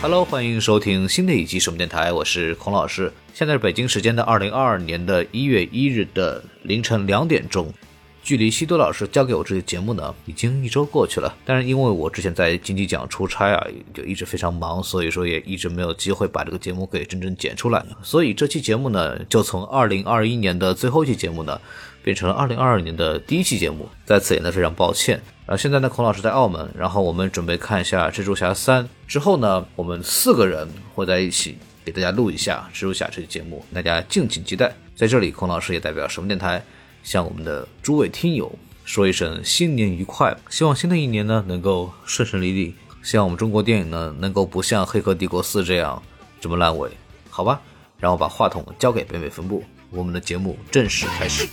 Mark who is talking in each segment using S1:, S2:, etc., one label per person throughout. S1: Hello，欢迎收听新的一期什么电台，我是孔老师。现在是北京时间的二零二二年的一月一日的凌晨两点钟，距离西多老师交给我这个节目呢，已经一周过去了。但是因为我之前在金鸡奖出差啊，就一直非常忙，所以说也一直没有机会把这个节目给真正剪出来。所以这期节目呢，就从二零二一年的最后一期节目呢，变成了二零二二年的第一期节目。在此也呢，非常抱歉。然后现在呢，孔老师在澳门，然后我们准备看一下《蜘蛛侠三》之后呢，我们四个人会在一起给大家录一下《蜘蛛侠》这期节目，大家敬请期待。在这里，孔老师也代表什么电台向我们的诸位听友说一声新年愉快，希望新的一年呢能够顺顺利利，希望我们中国电影呢能够不像《黑客帝国四》这样这么烂尾，好吧？然后把话筒交给北美分部，我们的节目正式开始。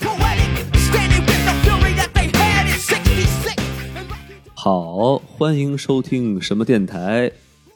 S2: 好，欢迎收听什么电台，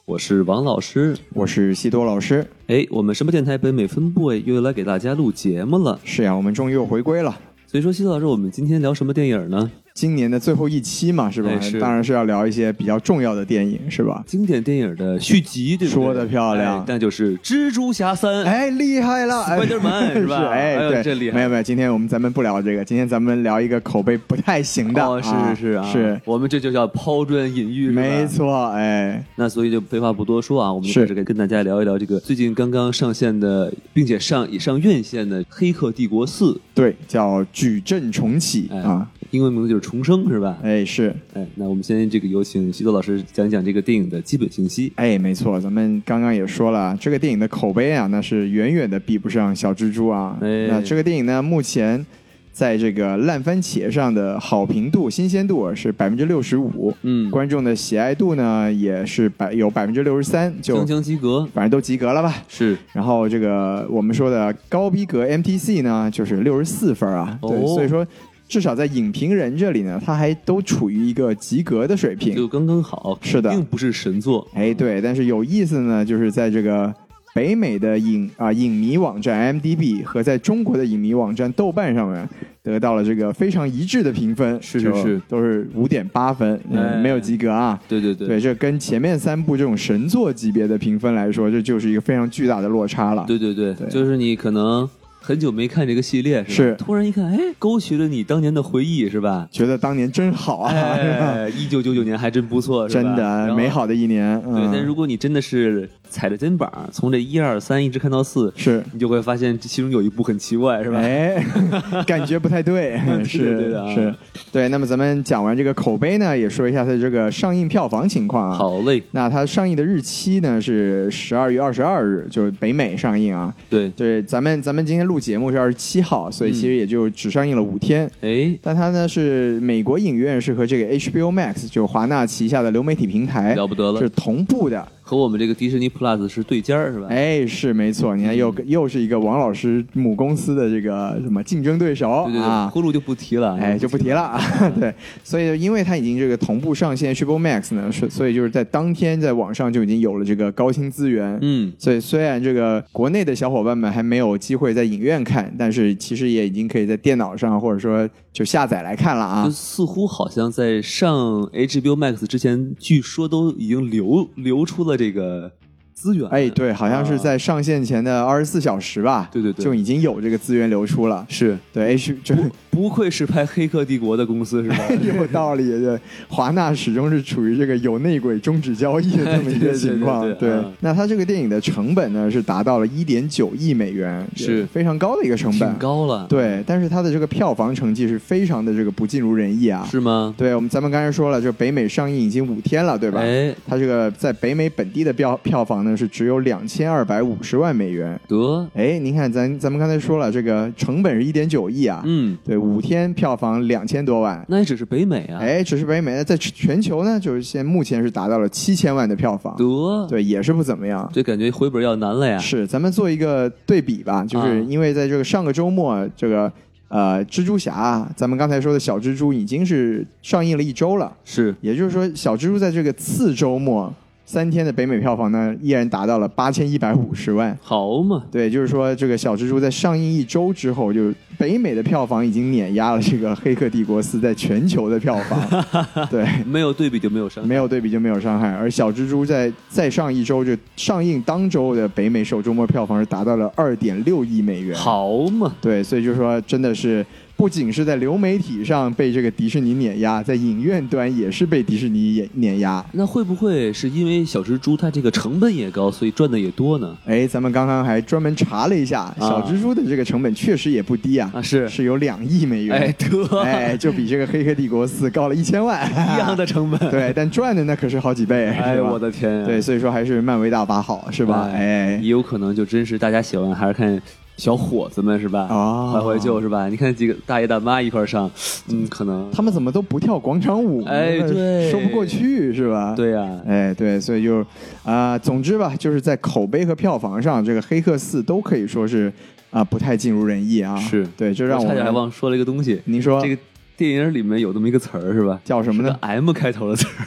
S2: 我是王老师。
S3: 我是西多老师。
S2: 哎，我们什么电台北美分部哎又来给大家录节目了。
S3: 是呀，我们终于又回归了。
S2: 所以说，西多老师，我们今天聊什么电影呢？
S3: 今年的最后一期嘛，是吧？
S2: 哎是
S3: 当然是要聊一些比较重要的电影，是吧？
S2: 经典电影的续集，对不对？
S3: 说得漂亮
S2: 哎那就是《蜘蛛侠三》。
S3: 哎，厉害了哎
S2: Spiderman，是吧
S3: 哎，
S2: 哎呦
S3: 对，
S2: 这厉害
S3: 没有没有，今天我们咱们不聊这个，今天咱们聊一个口碑不太行的。
S2: 哦，是是啊，
S3: 是，
S2: 我们这就叫抛砖引玉，是吧
S3: 没。错，哎，
S2: 那所以就废话不多说啊，我们就是开始跟大家聊一聊这个最近刚刚上线的，并且上也上院线的《黑客帝国四》，
S3: 对，叫矩阵重启
S2: 哎
S3: 啊，
S2: 英文名字就是重生，是吧？
S3: 哎是。
S2: 哎，那我们先这个有请西多老师讲讲这个电影的基本信息。
S3: 哎，没错，咱们刚刚也说了，这个电影的口碑啊，那是远远的比不上小蜘蛛啊。
S2: 哎
S3: 那这个电影呢，目前在这个烂番茄上的好评度、新鲜度啊是百分之六十五，
S2: 嗯
S3: 观众的喜爱度呢也是百有百分之六十三，就
S2: 铿锵及格
S3: 反正都及格了吧。
S2: 是
S3: 然后这个我们说的高逼格 MTC 呢，就是六十四分啊，对，
S2: 哦
S3: 所以说至少在影评人这里呢，他还都处于一个及格的水平，
S2: 就刚刚好，
S3: 是的
S2: 并不是神作。
S3: 哎，对，但是有意思呢，就是在这个北美的影啊、影迷网站 MDB 和在中国的影迷网站豆瓣上面得到了这个非常一致的评分，
S2: 是是是
S3: 就都是五点八分、嗯
S2: 哎
S3: 没有及格啊。
S2: 对对
S3: 对，
S2: 对
S3: 这跟前面三部这种神作级别的评分来说，这就是一个非常巨大的落差了。
S2: 对对对
S3: 对
S2: 就是你可能很久没看这个系列，吧
S3: 是
S2: 突然一看，哎，勾起了你当年的回忆，是吧？
S3: 觉得当年真好啊，
S2: 哎，一九九九年还真不错，是吧
S3: 真的美。好的一年。
S2: 然后对，但
S3: 嗯，
S2: 如果你真的是踩着肩膀，从这一二三一直看到四，
S3: 是。
S2: 你就会发现这其中有一部很奇怪，是吧？
S3: 哎， 感觉不太对，
S2: 对对
S3: 是
S2: 的啊
S3: 是，对。那么咱们讲完这个口碑呢，也说一下它的这个上映票房情况啊。，
S2: 好嘞，
S3: 那它上映的日期呢是十二月二十二日，就是北美上映啊。
S2: 对，
S3: 对，咱们咱们今天录节目是二十七号，
S2: 嗯
S3: 所以其实也就只上映了五天。
S2: 哎，
S3: 但它呢是美国影院是和这个 HBO Max 就华纳旗下的流媒体平台
S2: 了不得了
S3: 是，同步的。
S2: 和我们这个迪士尼 Plus 是对尖儿，是吧？
S3: 哎，是没错，你看又、
S2: 嗯
S3: 又是一个王老师母公司的这个什么竞争对手
S2: 对对对，
S3: 啊。
S2: 呼噜就不提了，
S3: 哎，就不提了啊。 对，所以因为它已经这个同步上线 Triple Max 呢，是所以就是在当天在网上就已经有了这个高清资源。
S2: 嗯，
S3: 所以虽然这个国内的小伙伴们还没有机会在影院看，但是其实也已经可以在电脑上或者说就下载来看了
S2: 就
S3: 啊。
S2: 似乎好像在上 HBO Max 之前，据说都已经流流出了这个资源。
S3: 哎，对，好像是在上线前的二十四小时吧，
S2: 对对对
S3: 就已经有这个资源流出了。
S2: 是
S3: 对，H 哎这
S2: 不愧是拍《黑客帝国》的公 司，是吧？
S3: 有道理，对，华纳始终是处于这个有内鬼终止交易的这么
S2: 对对
S3: 一
S2: 对
S3: 个情况。
S2: 对对嗯
S3: 那它这个电影的成本呢是达到了一点九亿美元，
S2: 是
S3: 非常高的一个成本
S2: 挺。高了，，
S3: 对，但是它的这个票房成绩是非常的这个不尽如人意啊。
S2: 是吗？
S3: 对，我们咱们刚才说了，就北美上映已经五天了，对吧？
S2: 哎，
S3: 它这个在北美本地的票票房呢是只有两千二百五十万美元。
S2: 得，
S3: 哎，您看咱咱们刚才说了，这个成本是一点九亿啊，
S2: 嗯，
S3: 对，五天票房两千多万，
S2: 那也只是北美啊，
S3: 哎，只是北美，那在全球呢，就是现目前是达到了七千万的票房，
S2: 得，
S3: 对，也是不怎么样。
S2: 这感觉回本要难了呀。
S3: 是，咱们做一个对比吧，就是
S2: 啊
S3: 因为在这个上个周末，这个呃，蜘蛛侠，咱们刚才说的小蜘蛛已经是上映了一周了，
S2: 是，
S3: 也就是说，小蜘蛛在这个次周末三天的北美票房呢，依然达到了八千一百五十万。
S2: 好嘛，
S3: 对，就是说这个小蜘蛛在上映一周之后，就是北美的票房已经碾压了这个《黑客帝国四》在全球的票房。对，
S2: 没有对比就没 有伤害。
S3: 没有对比就没有伤害。而小蜘蛛在再上一周，就上映当周的北美首周末票房是达到了二点六亿美元。
S2: 好嘛，
S3: 对，所以就说真的是。不仅是在流媒体上被这个迪士尼碾压，在影院端也是被迪士尼碾碾压。
S2: 那会不会是因为小蜘蛛它这个成本也高，所以赚的也多呢？
S3: 哎，咱们刚刚还专门查了一下，小蜘蛛的这个成本确实也不低啊，
S2: 啊是
S3: 是有两亿美元，
S2: 哎得
S3: 哎就比这个《黑客帝国四》高了一千 万，
S2: 一样的成本。
S3: 对，但赚的那可是好几倍，
S2: 哎，
S3: 是吧
S2: 我的天、啊！
S3: 对，所以说还是漫威大法好，是吧？哎，
S2: 也有可能就真是大家喜欢还是看小伙子们是吧？
S3: 哦
S2: 怀怀旧是吧？你看几个大爷大妈一块儿上，嗯，可能
S3: 他们怎么都不跳广场舞呢？
S2: 哎对
S3: 说不过去是吧？
S2: 对呀、
S3: 哎，对，所以就啊、总之吧，就是在口碑和票房上，这个《黑客四》都可以说是啊、不太尽如人意啊。
S2: 是
S3: 对，这让
S2: 我
S3: 我
S2: 差点还
S3: 们
S2: 忘说了一个东西，
S3: 您说
S2: 这个电影里面有这么一个词儿是吧？
S3: 叫什么
S2: 是个
S3: 呢？
S2: M 开头的词儿，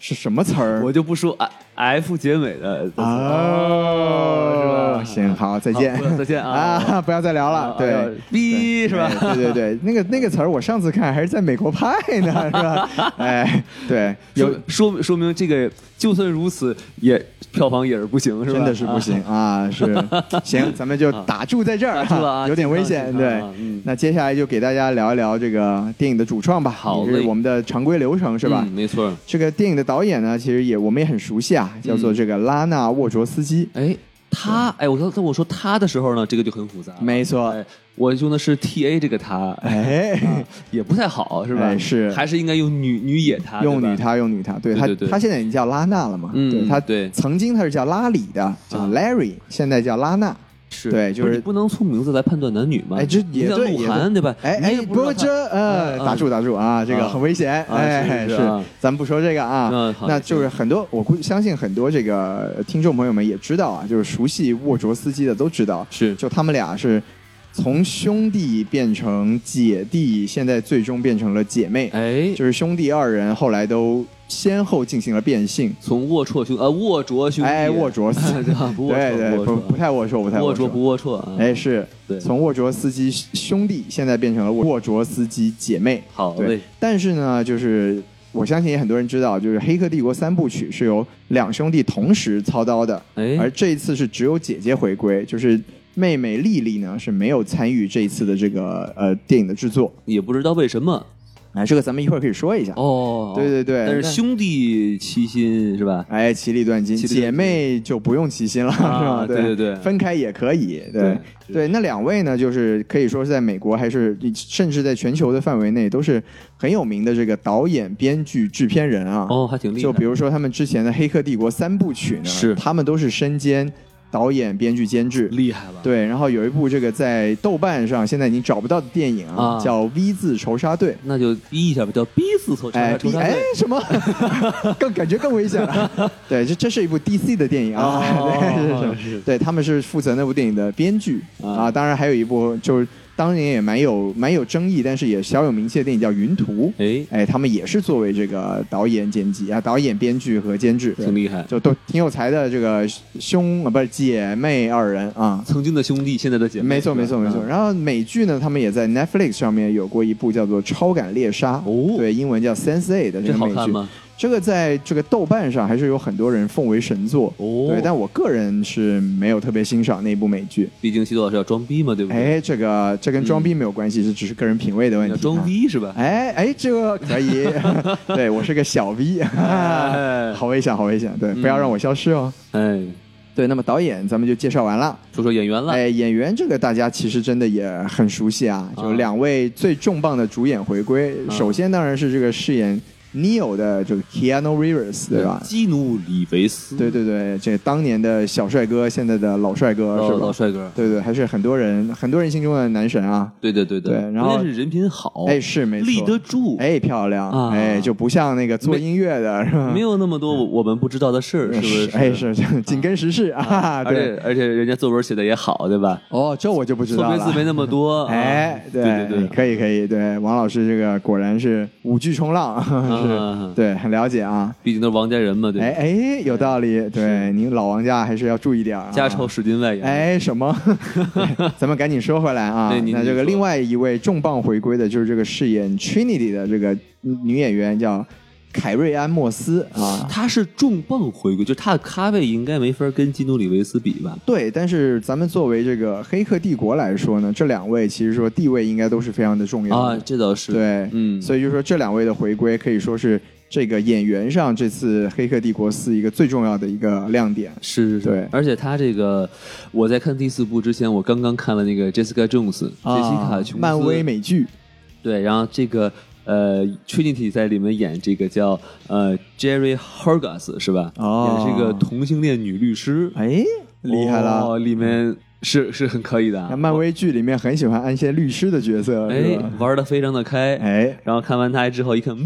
S3: 是什么词儿？
S2: 我就不说 F 结尾的词儿
S3: 哦
S2: 是吧？
S3: 行，好，再见
S2: 好不要，再见啊
S3: 啊，不要再聊了，对。
S2: ，B 是吧？
S3: 哎对对对，那个那个词儿，我上次看还是在美国派呢，是吧？哎，对，有
S2: 有说说明这个，就算如此，也票房也是不行，是吧？啊
S3: 真的是不行 啊！是，行，咱们就打住在这儿，
S2: 打住了啊
S3: 有点危险。
S2: 健康
S3: 对
S2: 健康啊嗯，
S3: 那接下来就给大家聊一聊这个电影的主创吧，
S2: 好
S3: 也是
S2: 嘞
S3: 我们的常规流程是吧？
S2: 嗯没错。
S3: 这个电影的导演呢，其实也我们也很熟悉啊，叫做这个拉纳沃卓斯基。
S2: 哎，他哎，我刚才我说他的时候呢，这个就很复杂了。
S3: 啊没错，
S2: 哎，我用的是 T A 这个他， 啊
S3: 哎，
S2: 也不太好，是吧？
S3: 哎是
S2: 还是应该用女女野他，
S3: 用女
S2: 他。
S3: 她，用女她，对
S2: 啊对
S3: 她
S2: 对对，
S3: 她现在已经叫拉娜了嘛？
S2: 嗯
S3: 对，她
S2: 对啊
S3: 曾经她是叫拉里的，叫 Larry，现在叫拉娜。
S2: 是
S3: 对就是
S2: 不你不能从名字来判断男女嘛。
S3: 哎，这也
S2: 你像
S3: 对，
S2: 啊鹿
S3: 也
S2: 晗对吧？
S3: 哎
S2: 你
S3: 哎
S2: 也，
S3: 不
S2: 知道
S3: 过
S2: 他
S3: 这呃，
S2: 嗯
S3: 打住打住啊，这个
S2: 啊
S3: 很危险，
S2: 啊
S3: 哎
S2: 是是啊
S3: 咱们不说这个啊
S2: 嗯，好
S3: 那就是很多我估相信很多这个听众朋友们也知道啊，就是熟悉沃卓斯基的都知道，
S2: 是
S3: 就他们俩是从兄弟变成姐弟，现在最终变成了姐妹，
S2: 哎，
S3: 就是兄弟二人后来都先后进行了变性，
S2: 从龌龊兄啊龌龊兄弟，
S3: 哎，沃 卓斯
S2: 对吧？不龌
S3: 对
S2: 龊，
S3: 对，不不
S2: 龌
S3: 太龌龊，不太
S2: 龊，龌龊
S3: 龊。
S2: 不龌龊啊。
S3: 哎，是
S2: 对
S3: 从沃卓斯基兄弟现在变成了沃卓斯基姐妹。
S2: 好
S3: 对
S2: 嘞，
S3: 但是呢，就是我相信也很多人知道，就是《黑客帝国》三部曲是由两兄弟同时操刀的，
S2: 哎
S3: 而这一次是只有姐姐回归，就是妹妹莉莉呢是没有参与这一次的这个呃电影的制作。
S2: 也不知道为什么
S3: 哎，这个咱们一会儿可以说一下。
S2: 哦。
S3: 对对对，
S2: 但是兄弟齐心是吧？
S3: 哎，其利断金，
S2: 其利断金
S3: 姐妹就不用齐心了，
S2: 啊
S3: 是吧？
S2: 对对对
S3: 分开也可以，对
S2: 是
S3: 对。那两位呢，就是可以说是在美国，还是甚至在全球的范围内，都是很有名的这个导演、编剧、制片人啊。
S2: 哦，还挺厉害。
S3: 就比如说他们之前的《黑客帝国》三部曲呢，
S2: 是
S3: 他们都是身兼导演、编剧、监制。
S2: 厉害吧？
S3: 对，然后有一部这个在豆瓣上现在已经找不到的电影啊，
S2: 啊
S3: 叫《V 字仇杀队》。
S2: 那就逼一下吧，叫逼死错仇
S3: 哎
S2: 杀仇
S3: B-
S2: 杀
S3: 哎
S2: 队。
S3: 什么？ 更感觉更危险了。 对，这这是一部 DC 的电影啊， 对
S2: 哦
S3: 是是
S2: 是
S3: 是，对他们是负责那部电影的编剧
S2: 啊
S3: 啊，当然还有一部就是当年也蛮有蛮有争议，但是也小有名气的电影叫《云图》，
S2: 哎，
S3: 哎，他们也是作为这个导演、剪辑啊、导演、编剧和监制，
S2: 挺厉害。
S3: 就都挺有才的这个兄啊，不是姐妹二人啊。
S2: 曾经的兄弟，现在的姐妹。
S3: 没错，
S2: 是吧
S3: 没错，没错。
S2: 啊
S3: 然后美剧呢，他们也在 Netflix 上面有过一部叫做《超感猎杀》，
S2: 哦
S3: 对，英文叫 Sense A 的这
S2: 这
S3: 个
S2: 好
S3: 美
S2: 看
S3: 剧。
S2: 吗？
S3: 这个在这个豆瓣上还是有很多人奉为神作，
S2: 哦
S3: 对，但我个人是没有特别欣赏那部美剧。
S2: 毕竟西多老师要装逼嘛，对不对？
S3: 哎，这个这跟装逼没有关系，这只是个人品味的问
S2: 要
S3: 题。
S2: 装
S3: 啊！
S2: 逼是吧？
S3: 哎哎，这个可 以，对我是个小 V，
S2: 哎
S3: 好危险，好危险，对，不要让我消失哦。
S2: 哎，
S3: 对，那么导演咱们就介绍完了。
S2: 说说演员了。
S3: 哎，演员这个大家其实真的也很熟悉啊，就
S2: 啊
S3: 两位最重磅的主演回归，
S2: 啊
S3: 首先当然是这个饰演 Neo 的这个 Keanu Reeves，对吧？
S2: 基努里维斯，
S3: 对对对，这当年的小帅哥，现在的老帅哥
S2: 老
S3: 是
S2: 老
S3: 吧？
S2: 帅哥，
S3: 对对，还是很多人很多人心中的男神啊。
S2: 对对对
S3: 对然后
S2: 关键是人品好，
S3: 哎，是没错，
S2: 立得住，
S3: 哎，漂亮，
S2: 啊
S3: 哎，就不像那个做音乐的是吧？
S2: 没有那么多我我们不知道的事儿，是不是？
S3: 嗯哎，是是紧跟时事啊，
S2: 而
S3: 对。
S2: 且而且人家作文写的也好，对吧？
S3: 哦，这我就不知
S2: 错
S3: 道
S2: 别
S3: 了
S2: 字。没那么 多，啊
S3: 哎，
S2: 对对对，
S3: 可以可以，对，王老师这个果然是舞剧冲浪，
S2: 啊
S3: 对，很了解啊。
S2: 毕竟都是王家人嘛，对吧
S3: 哎哎，有道理，对您老王家还是要注意点儿啊。
S2: 家丑使劲外扬。
S3: 哎，什么？哎咱们赶紧说回来啊
S2: 对。您
S3: 那这
S2: 您说
S3: 个另外一位重磅回归的，就是这个饰演 Trinity 的这个女演员叫凯瑞安·莫斯啊。
S2: 他是重磅回归，就他的咖位应该没法跟基努里维斯比吧？
S3: 对，但是咱们作为这个《黑客帝国》来说呢，这两位其实说地位应该都是非常的重要
S2: 啊，
S3: 的。
S2: 这倒是。
S3: 对，
S2: 嗯，
S3: 所以就是说这两位的回归可以说是这个演员上这次《黑客帝国四》一个最重要的一个亮点。
S2: 是是是，
S3: 对
S2: 而且他这个，我在看第四部之前，我刚刚看了那个 Jessica Jones，杰西卡
S3: 啊
S2: 琼斯，
S3: 漫威美剧
S2: 对，然后这个呃，Trinity 在里面演这个叫呃 Jerry Hargas 是吧？
S3: 哦
S2: 演这个同性恋女律师，
S3: 哎，厉害了！
S2: 哦，里面是是很可以的啊，
S3: 那漫威剧里面很喜欢安一些律师的角色，
S2: 哎
S3: 是吧
S2: 玩的非常的开，
S3: 哎，
S2: 然后看完他之后一看，嗯，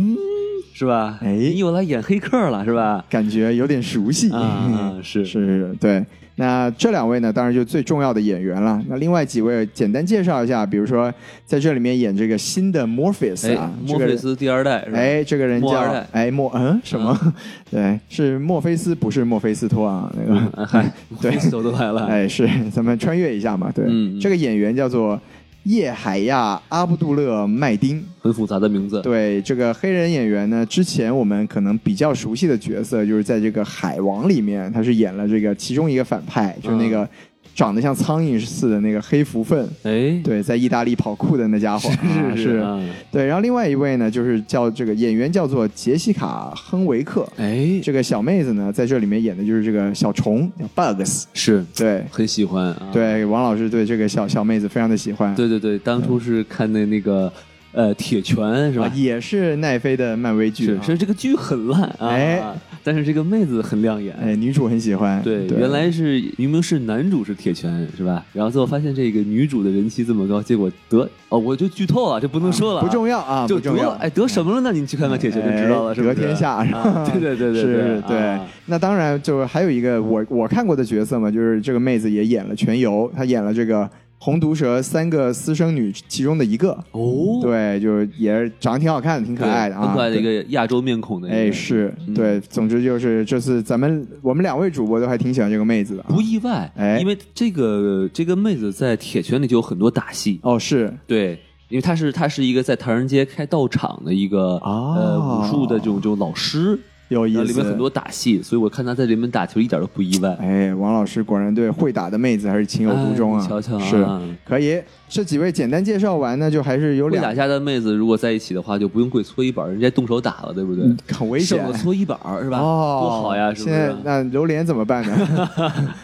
S2: 是吧？
S3: 哎
S2: 你又来演黑客了是吧？
S3: 感觉有点熟悉
S2: 啊， 是
S3: 哎是，对。那这两位呢，当然就最重要的演员了。那另外几位简单介绍一下，比如说在这里面演这个新的 Morpheus
S2: 哎
S3: 啊，，这
S2: 墨
S3: 个
S2: 菲
S3: 人
S2: 斯第二代是吧？
S3: 哎，这个人
S2: 莫
S3: 叫
S2: 二代
S3: 哎莫嗯什么？ 对，是墨菲斯，不是墨菲斯托啊，那个
S2: 哎，嗨，
S3: 对
S2: 手都来了，
S3: 哎是咱们穿越一下嘛，对，
S2: 嗯嗯
S3: 这个演员叫做叶海亚阿卜杜勒麦丁，
S2: 很复杂的名字，
S3: 对这个黑人演员呢，之前我们可能比较熟悉的角色，就是在这个《海王》里面，他是演了这个其中一个反派，就是那
S2: 嗯
S3: 个长得像苍蝇似的那个黑福分，
S2: 哎，
S3: 对，在意大利跑酷的那家伙，啊
S2: 是
S3: 是，
S2: 啊
S3: 对。然后另外一位呢，就是叫这个演员叫做杰西卡·亨维克，
S2: 哎，
S3: 这个小妹子呢，在这里面演的就是这个小虫叫 Bugs，
S2: 是
S3: 对
S2: 很喜欢啊，
S3: 对，王老师对这个小小妹子非常的喜欢，
S2: 对对对，当初是看的那个呃铁拳是
S3: 啊
S2: 吧？
S3: 也是奈飞的漫威剧
S2: 是
S3: 啊，
S2: 是这个剧很烂啊，
S3: 哎
S2: 但是这个妹子很亮眼。
S3: 哎，女主很喜欢，
S2: 对，原来是明明是男主是铁拳是吧？然后最后发现这个女主的人气这么高，结果得哦，我就剧透啊，这不能说了啊、
S3: 不重要啊，
S2: 就
S3: 不
S2: 得
S3: 重要
S2: 了，。哎，得什么了呢？你去看看铁拳就知道了，
S3: 哎
S2: 是不是？
S3: 得天下是吧
S2: 啊对对对对
S3: 是，
S2: 对
S3: 对
S2: 啊。
S3: 那当然，就是还有一个我我看过的角色嘛，就是这个妹子也演了全游，她演了这个红毒蛇三个私生女其中的一个，
S2: 哦，
S3: 嗯对，就是也是长得挺好看的，挺可爱的啊，
S2: 很可爱的一
S3: 对。
S2: 个亚洲面孔的一个，嗯
S3: 哎，是对，总之就是这次咱们我们两位主播都还挺喜欢这个妹子的啊。
S2: 不意外，
S3: 哎
S2: 因为这个这个妹子在铁拳里就有很多打戏，
S3: 哦，是
S2: 对，因为她是她是一个在唐人街开道场的一个、
S3: 哦
S2: 呃武术的这种这种老师，
S3: 有意
S2: 然
S3: 思，
S2: 后里面很多打戏，所以我看她在里面打球一点都不意外。
S3: 哎，王老师果然对会打的妹子还是情有独钟啊！
S2: 哎你瞧瞧啊
S3: 是可以。这几位简单介绍完呢，就还是有
S2: 会
S3: 两
S2: 打架的妹子如果在一起的话，就不用跪搓衣板，人家动手打了，对不对？
S3: 很嗯危险
S2: 胜了搓衣板儿是吧？
S3: 哦，
S2: 多好呀，是不
S3: 现在
S2: 是？
S3: 那榴莲怎么办呢？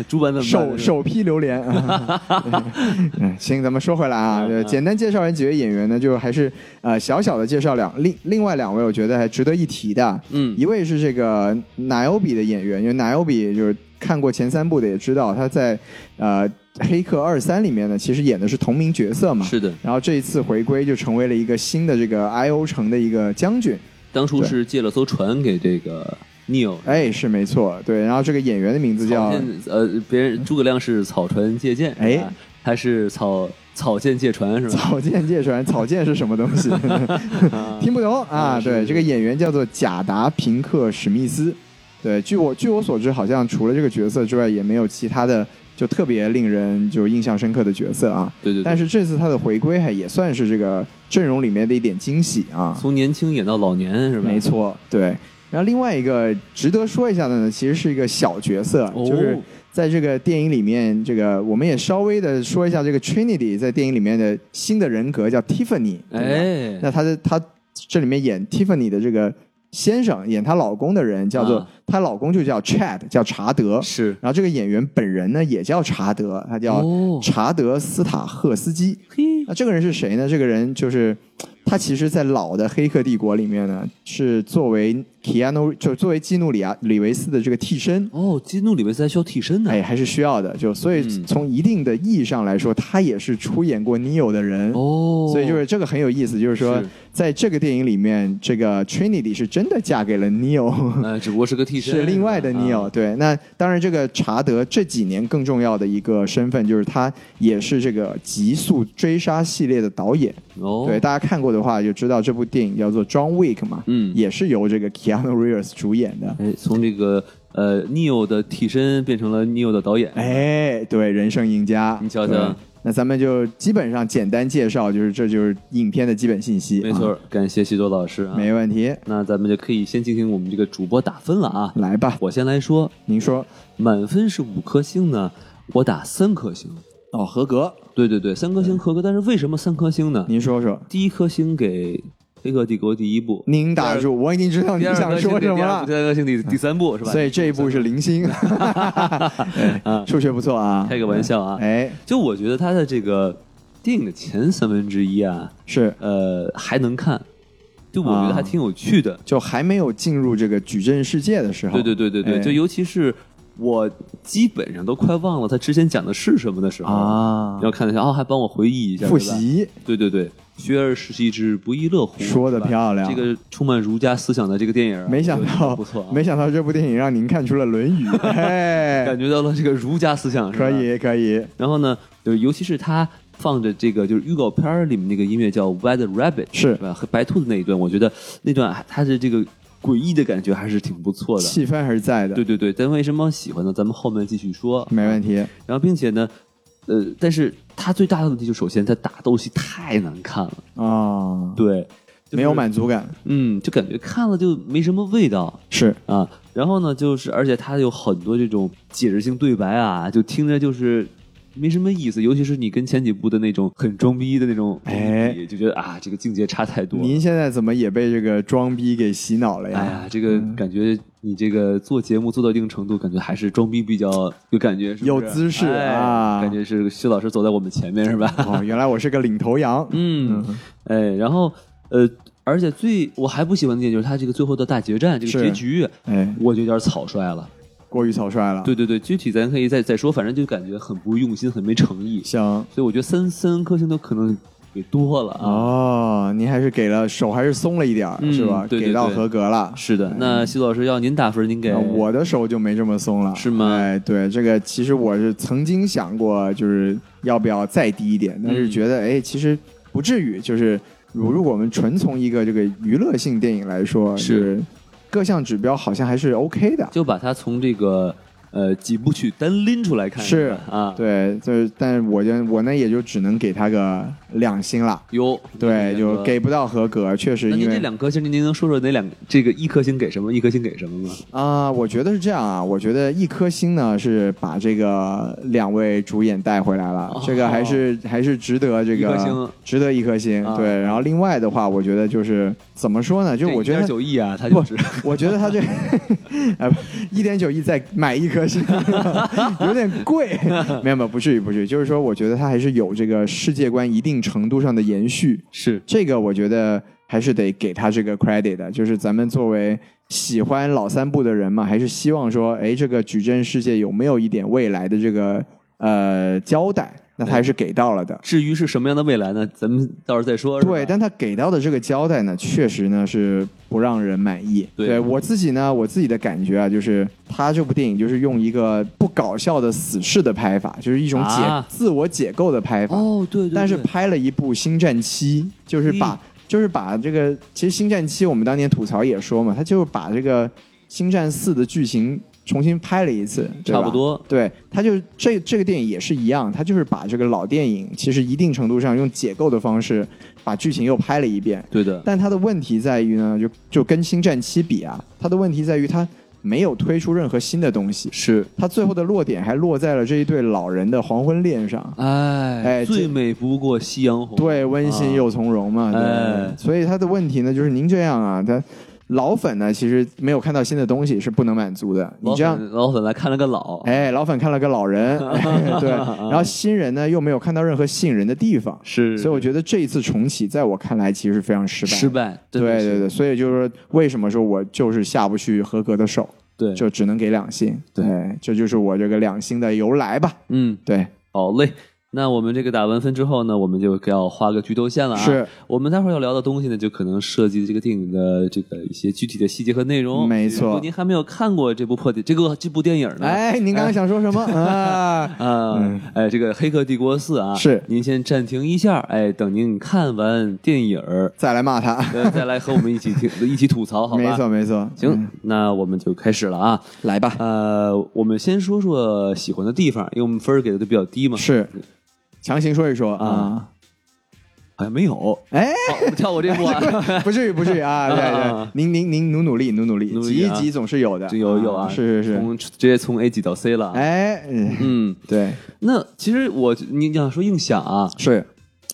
S2: 主板怎么办
S3: 首首批 榴莲。 啊嗯，行，咱们说回来啊，
S2: 嗯
S3: 呃简单介绍完几位演员呢，就还是呃小小的介绍两另另外两位，我觉得还值得一提的。
S2: 嗯
S3: 一位是这个奶油比的演员，因为奶油比就是看过前三部的也知道，他在呃《黑客二三》里面呢，其实演的是同名角色嘛。
S2: 是的，
S3: 然后这一次回归就成为了一个新的这个 I O 城的一个将军，
S2: 当初
S3: 对
S2: 是借了艘船给这个 Neil，
S3: 哎，是没错，对。然后这个演员的名字
S2: 草
S3: 叫
S2: 剑呃，别人诸葛亮是草船借箭，
S3: 哎
S2: 是吧，他是草草箭借船是吧？
S3: 草剑芥川，草剑是什么东西？听不懂啊！
S2: 嗯是
S3: 对，这个演员叫做贾达平克史密斯。对，据我据我所知，好像除了这个角色之外，也没有其他的就特别令人就印象深刻的角色啊。
S2: 对对对，
S3: 但是这次他的回归还也算是这个阵容里面的一点惊喜啊。
S2: 从年轻演到老年是吧？
S3: 没，错，对。然后另外一个值得说一下的呢，其实是一个小角色，
S2: 哦
S3: 就是在这个电影里面，这个我们也稍微的说一下这个 Trinity 在电影里面的新的人格叫 Tiffany，对吧
S2: 哎，
S3: 那她的她这里面演 Tiffany 的这个先生，演她老公的人叫做
S2: 啊
S3: 她、老公就叫 Chad，叫查德，
S2: 是
S3: 然后这个演员本人呢也叫查德，他叫
S2: 哦
S3: 查德斯塔赫斯基，
S2: 嘿，
S3: 那这个人是谁呢？这个人就是他，其实，在老的《黑客帝国》里面呢，是作为 Keanu 就作为基努里亚里维斯的这个替身，
S2: 哦，基努里维斯还需要替身呢。
S3: 哎，还是需要的。就所以
S2: 嗯
S3: 从一定的意义上来说，他也是出演过 Neo 的人。
S2: 哦，
S3: 所以就是这个很有意思，就是说
S2: 是
S3: 在这个电影里面，这个 Trinity 是真的嫁给了 Neo，
S2: 呃，只不过是个替身，
S3: 是另外的
S2: 啊
S3: Neo。对，那当然这个查德这几年更重要的一个身份就是他也是这个《极速追杀》系列的导演。
S2: 哦，
S3: 对，，大家看过的话就知道这部电影叫做《John Wick》嘛，
S2: 嗯
S3: 也是由这个 Keanu Reeves 主演的。
S2: 哎，从这个呃 Neo 的替身变成了 Neo 的导演，，
S3: 哎，对，人生赢家，
S2: 你瞧瞧
S3: 对。那咱们就基本上简单介绍，就是这就是影片的基本信息。
S2: 没错
S3: 啊，
S2: 儿，感谢西多老师啊。
S3: 没问题。
S2: 那咱们就可以先进行我们这个主播打分了啊。
S3: 来吧，
S2: 我先来说，
S3: 您说
S2: 满分是五颗星呢，我打三颗星。
S3: 哦，合格，
S2: 对对对，三颗
S3: 嗯
S2: 星合格。但是为什么三颗星呢？
S3: 您说说，
S2: 第一颗星给《黑客帝国》第一部，
S3: 您打住，我已经知道你
S2: 第二
S3: 想
S2: 颗星
S3: 说
S2: 给
S3: 什
S2: 第
S3: 么
S2: 二部，
S3: 了嗯
S2: 第。三颗星给第三部是吧？
S3: 所以这一步是零 星，哎数学不错啊，
S2: 开个玩笑啊
S3: 哎，
S2: 就我觉得它的这个电影的前三分之一啊，
S3: 是
S2: 呃，还能看，就我觉
S3: 啊
S2: 得还挺有趣的。
S3: 就还没有进入这个矩阵世界的时候，
S2: 对对对对对，
S3: 哎
S2: 就尤其是我基本上都快忘了他之前讲的是什么的时候，
S3: 啊
S2: 然，后看了一下，哦，还帮我回忆一下，
S3: 复
S2: 对吧。
S3: 习
S2: 对对对，学而时习之，不亦乐乎。
S3: 说得
S2: 对吧
S3: 漂亮
S2: 这个充满儒家思想的这个电影啊，
S3: 没想
S2: 我觉得
S3: 到，
S2: 不错啊，
S3: 没想到这部电影让您看出了《论语》， 哎
S2: 感，觉到了这个儒家思想，是吧
S3: 可。以可以，
S2: 然后呢，就是尤其是他放着这个就是预告片儿里面那个音乐叫《White Rabbit》，
S3: 是
S2: 吧？和白兔子那一段，我觉得那段还它的这个诡异的感觉还是挺不错的。
S3: 气氛还是在的，
S2: 对对对，但为什么喜欢呢？咱们后面继续说。
S3: 没问题，
S2: 然后并且呢，呃，但是它最大的问题就首先它打斗戏太难看了，
S3: 啊，
S2: 对，就是
S3: 没有，满足感，
S2: 嗯，就感觉看了就没什么味道
S3: 是
S2: 啊。然后呢，就是而且它有很多这种解释性对白啊，就听着就是。没什么意思，尤其是你跟前几部的那种很装逼的那种对
S3: 哎
S2: 比，就觉得啊，这个境界差太多了。
S3: 您现在怎么也被这个装逼给洗脑了
S2: 哎
S3: 呀？嗯
S2: 呀，这个感觉你这个做节目做到一定程度，感觉还是装逼比较有感觉，是不是
S3: 有姿势
S2: 哎
S3: 啊
S2: 感觉是薛老师走在我们前面是吧？
S3: 哦，原来我是个领头羊，
S2: 嗯，哎，然后呃，而且最我还不喜欢的点就是他这个最后的大决战这个
S3: 是
S2: 结局，
S3: 哎，
S2: 我就有点草率了。
S3: 过于草率了，
S2: 对对对，具体咱可以再再说，反正就感觉很不用心，很没诚意。
S3: 行。
S2: 所以我觉得三三颗星都可能给多了啊。
S3: 哦，您还是给了手，还是松了一点儿，
S2: 嗯
S3: 是吧？
S2: 对对
S3: 给到
S2: 对
S3: 合格了。哎
S2: 是的，那西老师要您打分，您给
S3: 啊我的手就没这么松了，
S2: 是吗
S3: 哎，对，这个其实我是曾经想过，就是要不要再低一点，但是
S2: 嗯
S3: 觉得哎，其实不至于。就是如如果我们纯从一个这个娱乐性电影来说，
S2: 是
S3: 就是各项指标好像还是 OK 的。
S2: 就把它从这个呃几部曲单拎出来看一看，
S3: 是
S2: 啊，
S3: 对，就是，但是我就我呢也就只能给他个两星了，
S2: 哟，
S3: 对，
S2: 这
S3: 就
S2: 个。
S3: 给不到合格，确实
S2: 那
S3: 因
S2: 您
S3: 为
S2: 这两颗星，您您能说说哪两这个一颗星给什么，一颗星给什么吗？
S3: 啊、我觉得是这样啊，我觉得一颗星呢是把这个两位主演带回来了，
S2: 哦
S3: 这个还是还是值得这
S2: 一颗
S3: 个
S2: 星
S3: 值得一颗星。
S2: 啊
S3: 对，然后另外的话，我觉得就是怎么说呢，就我觉得
S2: 九亿啊，他
S3: 不
S2: 就只，
S3: 我觉得他这 哎一点九亿再买一颗星 有点 贵，没有没有，不至于不至于，就是说我觉得他还是有这个世界观一定程度上的延续，
S2: 是
S3: 这个我觉得还是得给他这个 credit 的，就是咱们作为喜欢老三部的人嘛，还是希望说，哎，这个矩阵世界有没有一点未来的这个呃交代？那他还是给到了的。
S2: 至于是什么样的未来呢？咱们到时候再说。是吧
S3: 对，但他给到的这个交代呢，确实呢是不让人满意。
S2: 对
S3: 我自己呢，我自己的感觉啊，就是他这部电影就是用一个不搞笑的死侍的拍法，就是一种解、
S2: 啊
S3: 自我解构的拍法。
S2: 哦，对对对，
S3: 但是拍了一部《星战七》，就是把、
S2: 嗯
S3: 就是把这个，其实《星战七》我们当年吐槽也说嘛，他就是把这个《星战四》的剧情重新拍了一次，对吧
S2: 差不多。
S3: 对，他就这这个电影也是一样，他就是把这个老电影，其实一定程度上用解构的方式把剧情又拍了一遍。
S2: 对的，
S3: 但它的问题在于呢，就就跟《星战七》比啊，它的问题在于它没有推出任何新的东西，
S2: 是
S3: 它最后的落点还落在了这一对老人的黄昏恋上。
S2: 哎
S3: 哎
S2: 最
S3: 这
S2: 美不过夕阳红。
S3: 对，温馨又从容嘛。
S2: 啊
S3: 对，
S2: 哎
S3: 所以他的问题呢，就是您这样啊，他老粉呢，其实没有看到新的东西是不能满足的。你这样，
S2: 老粉来看了个老，
S3: 哎，老粉看了个 老人，哎对，然后新人呢又没有看到任何吸引人的地方，
S2: 是
S3: 所以我觉得这一次重启，在我看来其实是非常失败的。
S2: 失败，真的
S3: 对
S2: 是
S3: 对对，所以就是说为什么说我就是下不去合格的手，
S2: 对，
S3: 就只能给两星。
S2: 对
S3: 哎这就是我这个两星的由来吧。
S2: 嗯，
S3: 对，
S2: 好嘞。那我们这个打完分之后呢，我们就要画个剧透线了啊。
S3: 是
S2: 我们待会儿要聊的东西呢，就可能涉及这个电影的这个一些具体的细节和内容。
S3: 没错
S2: 如果您还没有看过这部破电这个这部电影呢，
S3: 哎，您刚刚想说 什么啊？
S2: 啊，哎，这个《黑客帝国四》啊，
S3: 是
S2: 您先暂停一下，哎，等您看完电影儿，
S3: 再来骂他，
S2: 呃再来和我们一起听， 一起吐槽，好吧？
S3: 没错没错，嗯
S2: 行，那我们就开始了啊。
S3: 来吧。
S2: 呃，我们先说说喜欢的地方，因为我们分儿给的都比较低嘛。
S3: 是，强行说一说啊
S2: 啊。好像没有。好，
S3: 哎，
S2: 我们跳过这步 啊。
S3: 不至于不至 于啊，对对
S2: 啊，
S3: 您您您努努力努努力
S2: 努，
S3: 挤
S2: 力
S3: 一
S2: 啊
S3: 挤总是有的，
S2: 这有有啊，
S3: 是是是，
S2: 从直接从 A 级到 C 了。，
S3: 哎，嗯
S2: 嗯，
S3: 对，
S2: 那其实我你想说硬想啊，
S3: 是，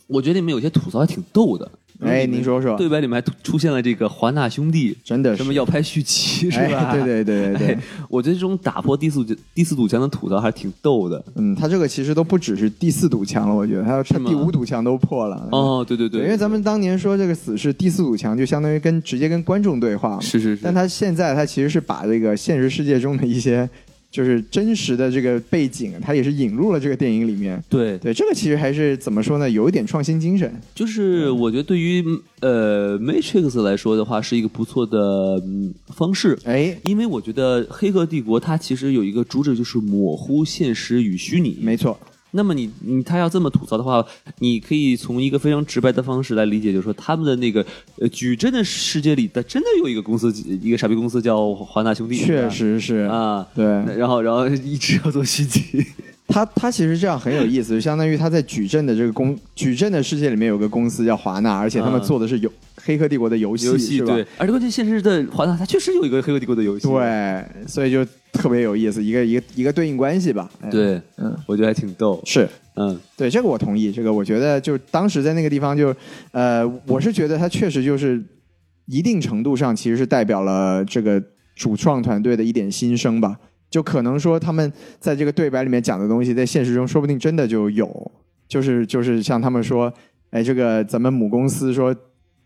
S2: 我觉得你们有些吐槽还挺逗的。
S3: 哎，您说说，
S2: 嗯对白里面还突出现了这个华纳兄弟，
S3: 真的是
S2: 什么要拍续集是吧？
S3: 哎，对对对对对
S2: 哎。，我觉得这种打破第四堵第四堵墙的吐槽还挺逗的。
S3: 嗯，他这个其实都不只是第四堵墙了，我觉得，还有他
S2: 吗
S3: 第五堵墙都破了。
S2: 哦，对对
S3: 嗯对，因为咱们当年说这个死是第四堵墙，就相当于跟直接跟观众对话嘛。
S2: 是是是，
S3: 但他现在他其实是把这个现实世界中的一些就是真实的这个背景，他也是引入了这个电影里面。
S2: 对，
S3: 对，这个其实还是怎么说呢，有一点创新精神。
S2: 就是
S3: 嗯
S2: 我觉得对于呃 Matrix 来说的话，是一个不错的、嗯、方式。
S3: 哎，
S2: 因为我觉得《黑客帝国》它其实有一个主旨，就是模糊现实与虚拟。
S3: 没错，
S2: 那么你你他要这么吐槽的话，你可以从一个非常直白的方式来理解，就是说他们的那个呃矩阵的世界里，它真的有一个公司，一个傻逼公司叫华纳兄弟，
S3: 确实
S2: 是
S3: 是
S2: 吧啊。
S3: 对
S2: 那然后，然后一直要做续集，
S3: 他，他其实这样很有意思，就相当于他在矩阵的这个公矩阵的世界里面有个公司叫华纳，而且他们
S2: 嗯
S3: 做的是游《黑客帝国》的游戏，
S2: 游戏
S3: 是吧？
S2: 对，而且关键现实的华纳，它确实有一个《黑客帝国》的游戏，
S3: 对，所以就特别有意思，一个一个一个对应关系吧。哎，
S2: 对，
S3: 嗯
S2: 我觉得还挺逗，
S3: 是
S2: 嗯，
S3: 对这个我同意，这个我觉得就是当时在那个地方就，呃，我是觉得它确实就是一定程度上其实是代表了这个主创团队的一点心声吧。就可能说他们在这个对白里面讲的东西，在现实中说不定真的就有，就是就是像他们说，哎，这个咱们母公司说，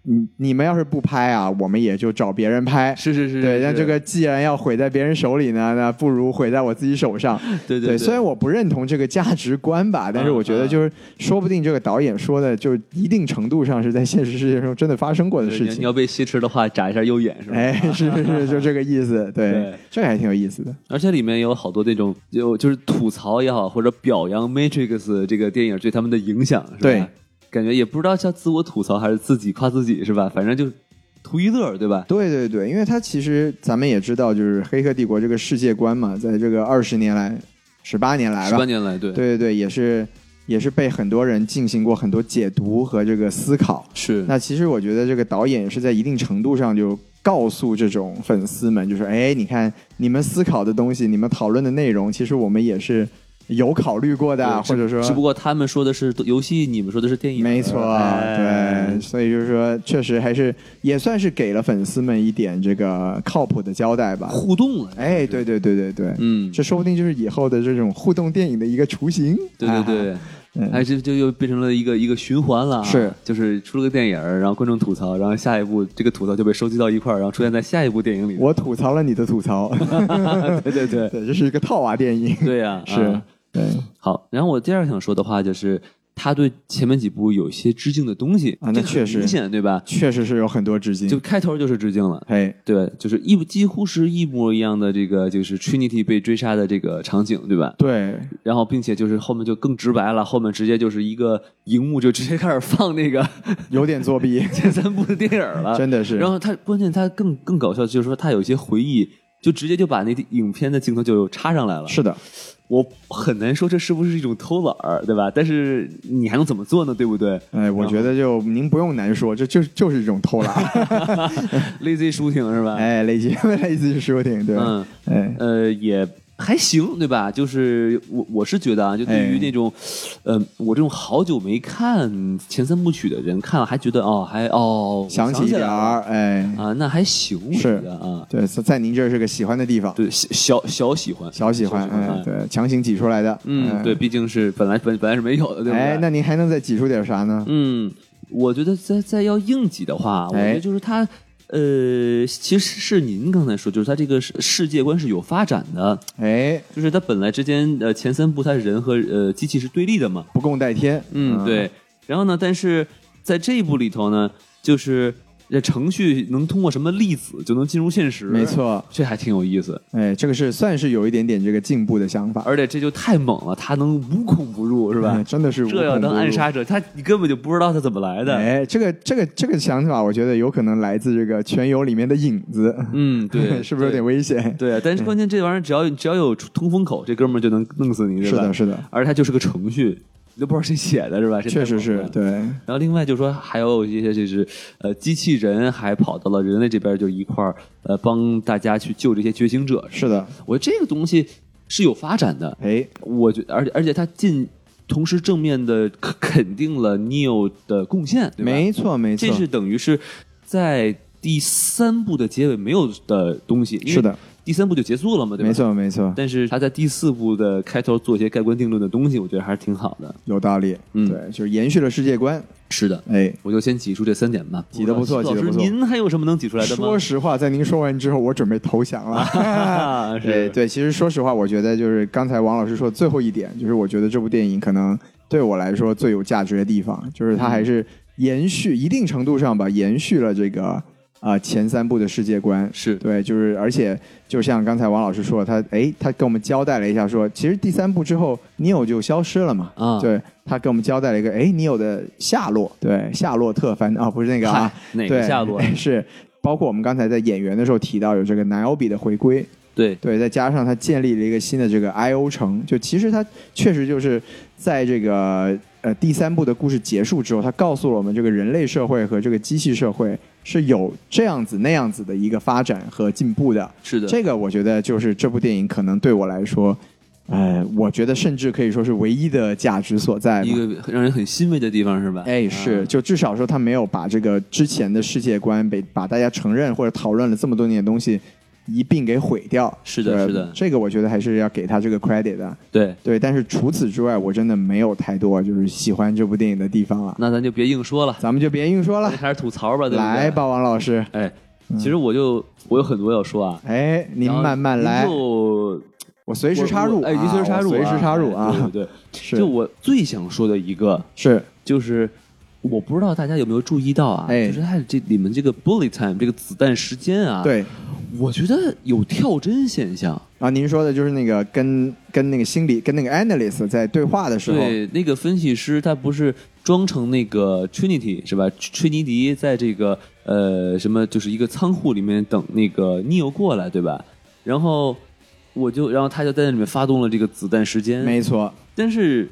S3: 你你们要是不拍啊，我们也就找别人拍，
S2: 是是是，
S3: 对，
S2: 是
S3: 那这个既然要毁在别人手里呢，那不如毁在我自己手上。
S2: 对
S3: 对，
S2: 对，嗯
S3: 虽然我不认同这个价值观吧，但是我觉得就是说不定这个导演说的，就是一定程度上是在现实世界中真的发生过的
S2: 对
S3: 事
S2: 你你
S3: 情
S2: 要。被挟持的话，眨一下右眼是吧？
S3: 哎，是是是，就这个意思。对
S2: 对，
S3: 这个还挺有意思的。
S2: 而且里面有好多那种就就是吐槽也好，或者表扬《Matrix》这个电影对他们的影响，是吧
S3: 对，
S2: 感觉也不知道叫自我吐槽还是自己夸自己，是吧？反正就图一乐，对吧？
S3: 对对对，因为它其实咱们也知道，就是《黑客帝国》这个世界观嘛，在这个二十年来、十八年来
S2: 十八
S3: 吧，
S2: 年来，对，
S3: 对对对，也是也是被很多人进行过很多解读和这个思考。
S2: 是，
S3: 那其实我觉得这个导演是在一定程度上就告诉这种粉丝们，就是哎，你看你们思考的东西，你们讨论的内容，其实我们也是有考虑过的，
S2: 对
S3: 啊或者说
S2: 只。不过他们说的是游戏，你们说的是电影，
S3: 没错，
S2: 哎
S3: 对，所以就是说，确实还是也算是给了粉丝们一点这个靠谱的交代吧。
S2: 互动了，
S3: 哎，对对对对对，
S2: 嗯，
S3: 这说不定就是以后的这种互动电影的一个雏形。
S2: 对对对。
S3: 嗯
S2: 哎，这就又变成了一个一个循环了啊，
S3: 是
S2: 就是出了个电影儿，然后观众吐槽，然后下一部这个吐槽就被收集到一块儿，然后出现在下一部电影里。啊
S3: 我吐槽了你的吐槽，
S2: 对对 对
S3: 对，这是一个套娃电影，
S2: 对呀、
S3: 是，
S2: 啊
S3: 对
S2: 好，然后我第二想说的话就是，他对前面几部有一些致敬的东西
S3: 啊那
S2: 这个
S3: 确实
S2: 很明显对吧？
S3: 确实是有很多致敬，
S2: 就开头就是致敬了。
S3: 哎，
S2: 对，就是一几乎是一模一样的这个，就是 Trinity 被追杀的这个场景，对吧？
S3: 对，
S2: 然后，并且就是后面就更直白了，后面直接就是一个荧幕就直接开始放那个
S3: 有点作 弊，
S2: 前三部的电影了，
S3: 真的是。
S2: 然后他关键他更更搞笑，就是说他有一些回忆，就直接就把那影片的镜头就插上来了。
S3: 是的，
S2: 我很难说这是不是一种偷懒儿，对吧？但是你还能怎么做呢？对不对
S3: 哎，我觉得就您不用难说，这就就是一种偷 懒。哎
S2: ？Lazy shooting 是吧？
S3: 哎，类似类似于说不定对，
S2: 嗯，
S3: 哎，
S2: 呃，也还行，对吧？就是我我是觉得啊，就对于那种，呃，我这种好久没看前三部曲的人，看了还觉得哦，还哦，我
S3: 想
S2: 想
S3: 起一
S2: 起
S3: 点
S2: 来
S3: 儿，
S2: 了
S3: 哎，
S2: 啊，那还行，我觉
S3: 是
S2: 得啊，
S3: 对，在在您这儿是个喜欢的地方，
S2: 对，小小小喜欢，
S3: 小喜欢，哎，对，强行挤出来的，
S2: 嗯，
S3: 哎
S2: 对，，毕竟是本来本本来是没有的，对不对？
S3: 哎，那您还能再挤出点啥呢？
S2: 嗯，我觉得再再要硬挤的话，我觉
S3: 哎
S2: 得就是它，呃，其实是您刚才说，就是它这个世世界观是有发展的，
S3: 哎，
S2: 就是它本来之间，呃，前三部它人和呃机器是对立的嘛，
S3: 不共戴天，啊
S2: 嗯，，对。然后呢，但是在这一部里头呢，就是这程序能通过什么粒子就能进入现实，
S3: 没，错，
S2: 这还挺有意思，
S3: 哎，这个是算是有一点点这个进步的想法，
S2: 而且这就太猛了，它能无孔不入，是吧？
S3: 哎真的是无
S2: 这要
S3: 孔
S2: 当
S3: 不入
S2: 暗杀者，他你根本就不知道他怎么来的。
S3: 哎，这个这个这个想法，我觉得有可能来自这个《全游》里面的影子，
S2: 嗯， 对，
S3: 是不是有点危险？嗯
S2: 对啊，但是关键这玩意儿只要只要有通风口，这哥们儿就能弄死你，对
S3: 是
S2: 吧？
S3: 的，
S2: 的。
S3: 是的，
S2: 而它就是个程序，你都不知道谁写的，是吧？这
S3: 确
S2: 太
S3: 实
S2: 猛
S3: 是
S2: 了。
S3: 对，
S2: 然后另外就是说，还有一些就是呃，机器人还跑到了人类这边，就一块儿呃帮大家去救这些觉醒者。
S3: 是的，
S2: 我觉得这个东西是有发展的，
S3: 哎，
S2: 我觉得，而且而且它进。同时正面的肯定了 Neo 的贡献，对吧？
S3: 没错，没错
S2: 这，是等于是在第三部的结尾没有的东西，因为
S3: 是的，
S2: 第三部就结束了嘛，对吧？
S3: 没。错，没错，
S2: 但是他在第四部的开头做一些盖棺定论的东西，我觉得还是挺好的。
S3: 有道理，
S2: 嗯
S3: 对，就是延续了世界观，
S2: 是的，
S3: 哎。
S2: 我就先挤出这三点吧。
S3: 挤得不错
S2: 老师
S3: 挤得不错
S2: 您还有什么能挤出来的吗？
S3: 说实话，在您说完之后，我准备投降 了。
S2: 啊，
S3: 对
S2: 是，
S3: 哎对，其实说实话，我觉得就是刚才王老师说最后一点，就是我觉得这部电影可能对我来说最有价值的地方，就是
S2: 嗯
S3: 它还是延续一定程度上吧，延续了这个啊、呃前三部的世界观。
S2: 是，
S3: 对，就是而且就像刚才王老师说，他哎，他跟我们交代了一下说，其实第三部之后，Neo 就消失了嘛。
S2: 啊
S3: 对他跟我们交代了一个哎，Neo 的下落，对夏洛特烦啊、不是那个啊
S2: 嗨，，哪
S3: 对
S2: 个下落？
S3: 是。包括我们刚才在演员的时候提到有这个南欧比的回归，
S2: 对，
S3: 对，再加上他建立了一个新的这个 I O 城，就其实他确实就是在这个呃第三部的故事结束之后，他告诉了我们这个人类社会和这个机器社会是有这样子那样子的一个发展和进步的。
S2: 是的，
S3: 这个我觉得就是这部电影可能对我来说，呃，我觉得甚至可以说是唯一的价值所在吧
S2: 一。个让人很欣慰的地方是吧？啊
S3: 哎，是，
S2: 嗯
S3: 就至少说他没有把这个之前的世界观被把大家承认或者讨论了这么多年的东西一并给毁掉。
S2: 是的
S3: 对
S2: 是的
S3: 这个我觉得还是要给他这个 credit 的。
S2: 对，
S3: 对，但是除此之外，我真的没有太多就是喜欢这部电影的地方了。
S2: 那咱就别硬说了，
S3: 咱们就别硬说了，
S2: 还是吐槽吧，对不对？
S3: 来吧，。王老师。
S2: 哎，其实我就我有很多要说啊，
S3: 哎，您
S2: 然后
S3: 慢慢来
S2: 您，就
S3: 我随时
S2: 我
S3: 插入
S2: 我
S3: 啊，
S2: 哎，您随时插入啊，
S3: 我随时插入啊
S2: 哎。对对对，
S3: 是
S2: 就我最想说的一个
S3: 是，
S2: 就是。我不知道大家有没有注意到啊，
S3: 哎
S2: 就是它这里面这个 bullet time 这个子弹时间啊，，
S3: 对
S2: 我觉得有跳针现象。
S3: 啊，您说的就是那个跟跟那个心理跟那个 analyst 在对话的时候，
S2: 对，那个分析师他不是装成那个 Trinity 是吧？崔尼迪在这个呃什么就是一个仓库里面等那个 Neo 过来，对吧？然后我就，然后他就在那里面发动了这个子弹时间，
S3: 没错，
S2: 但是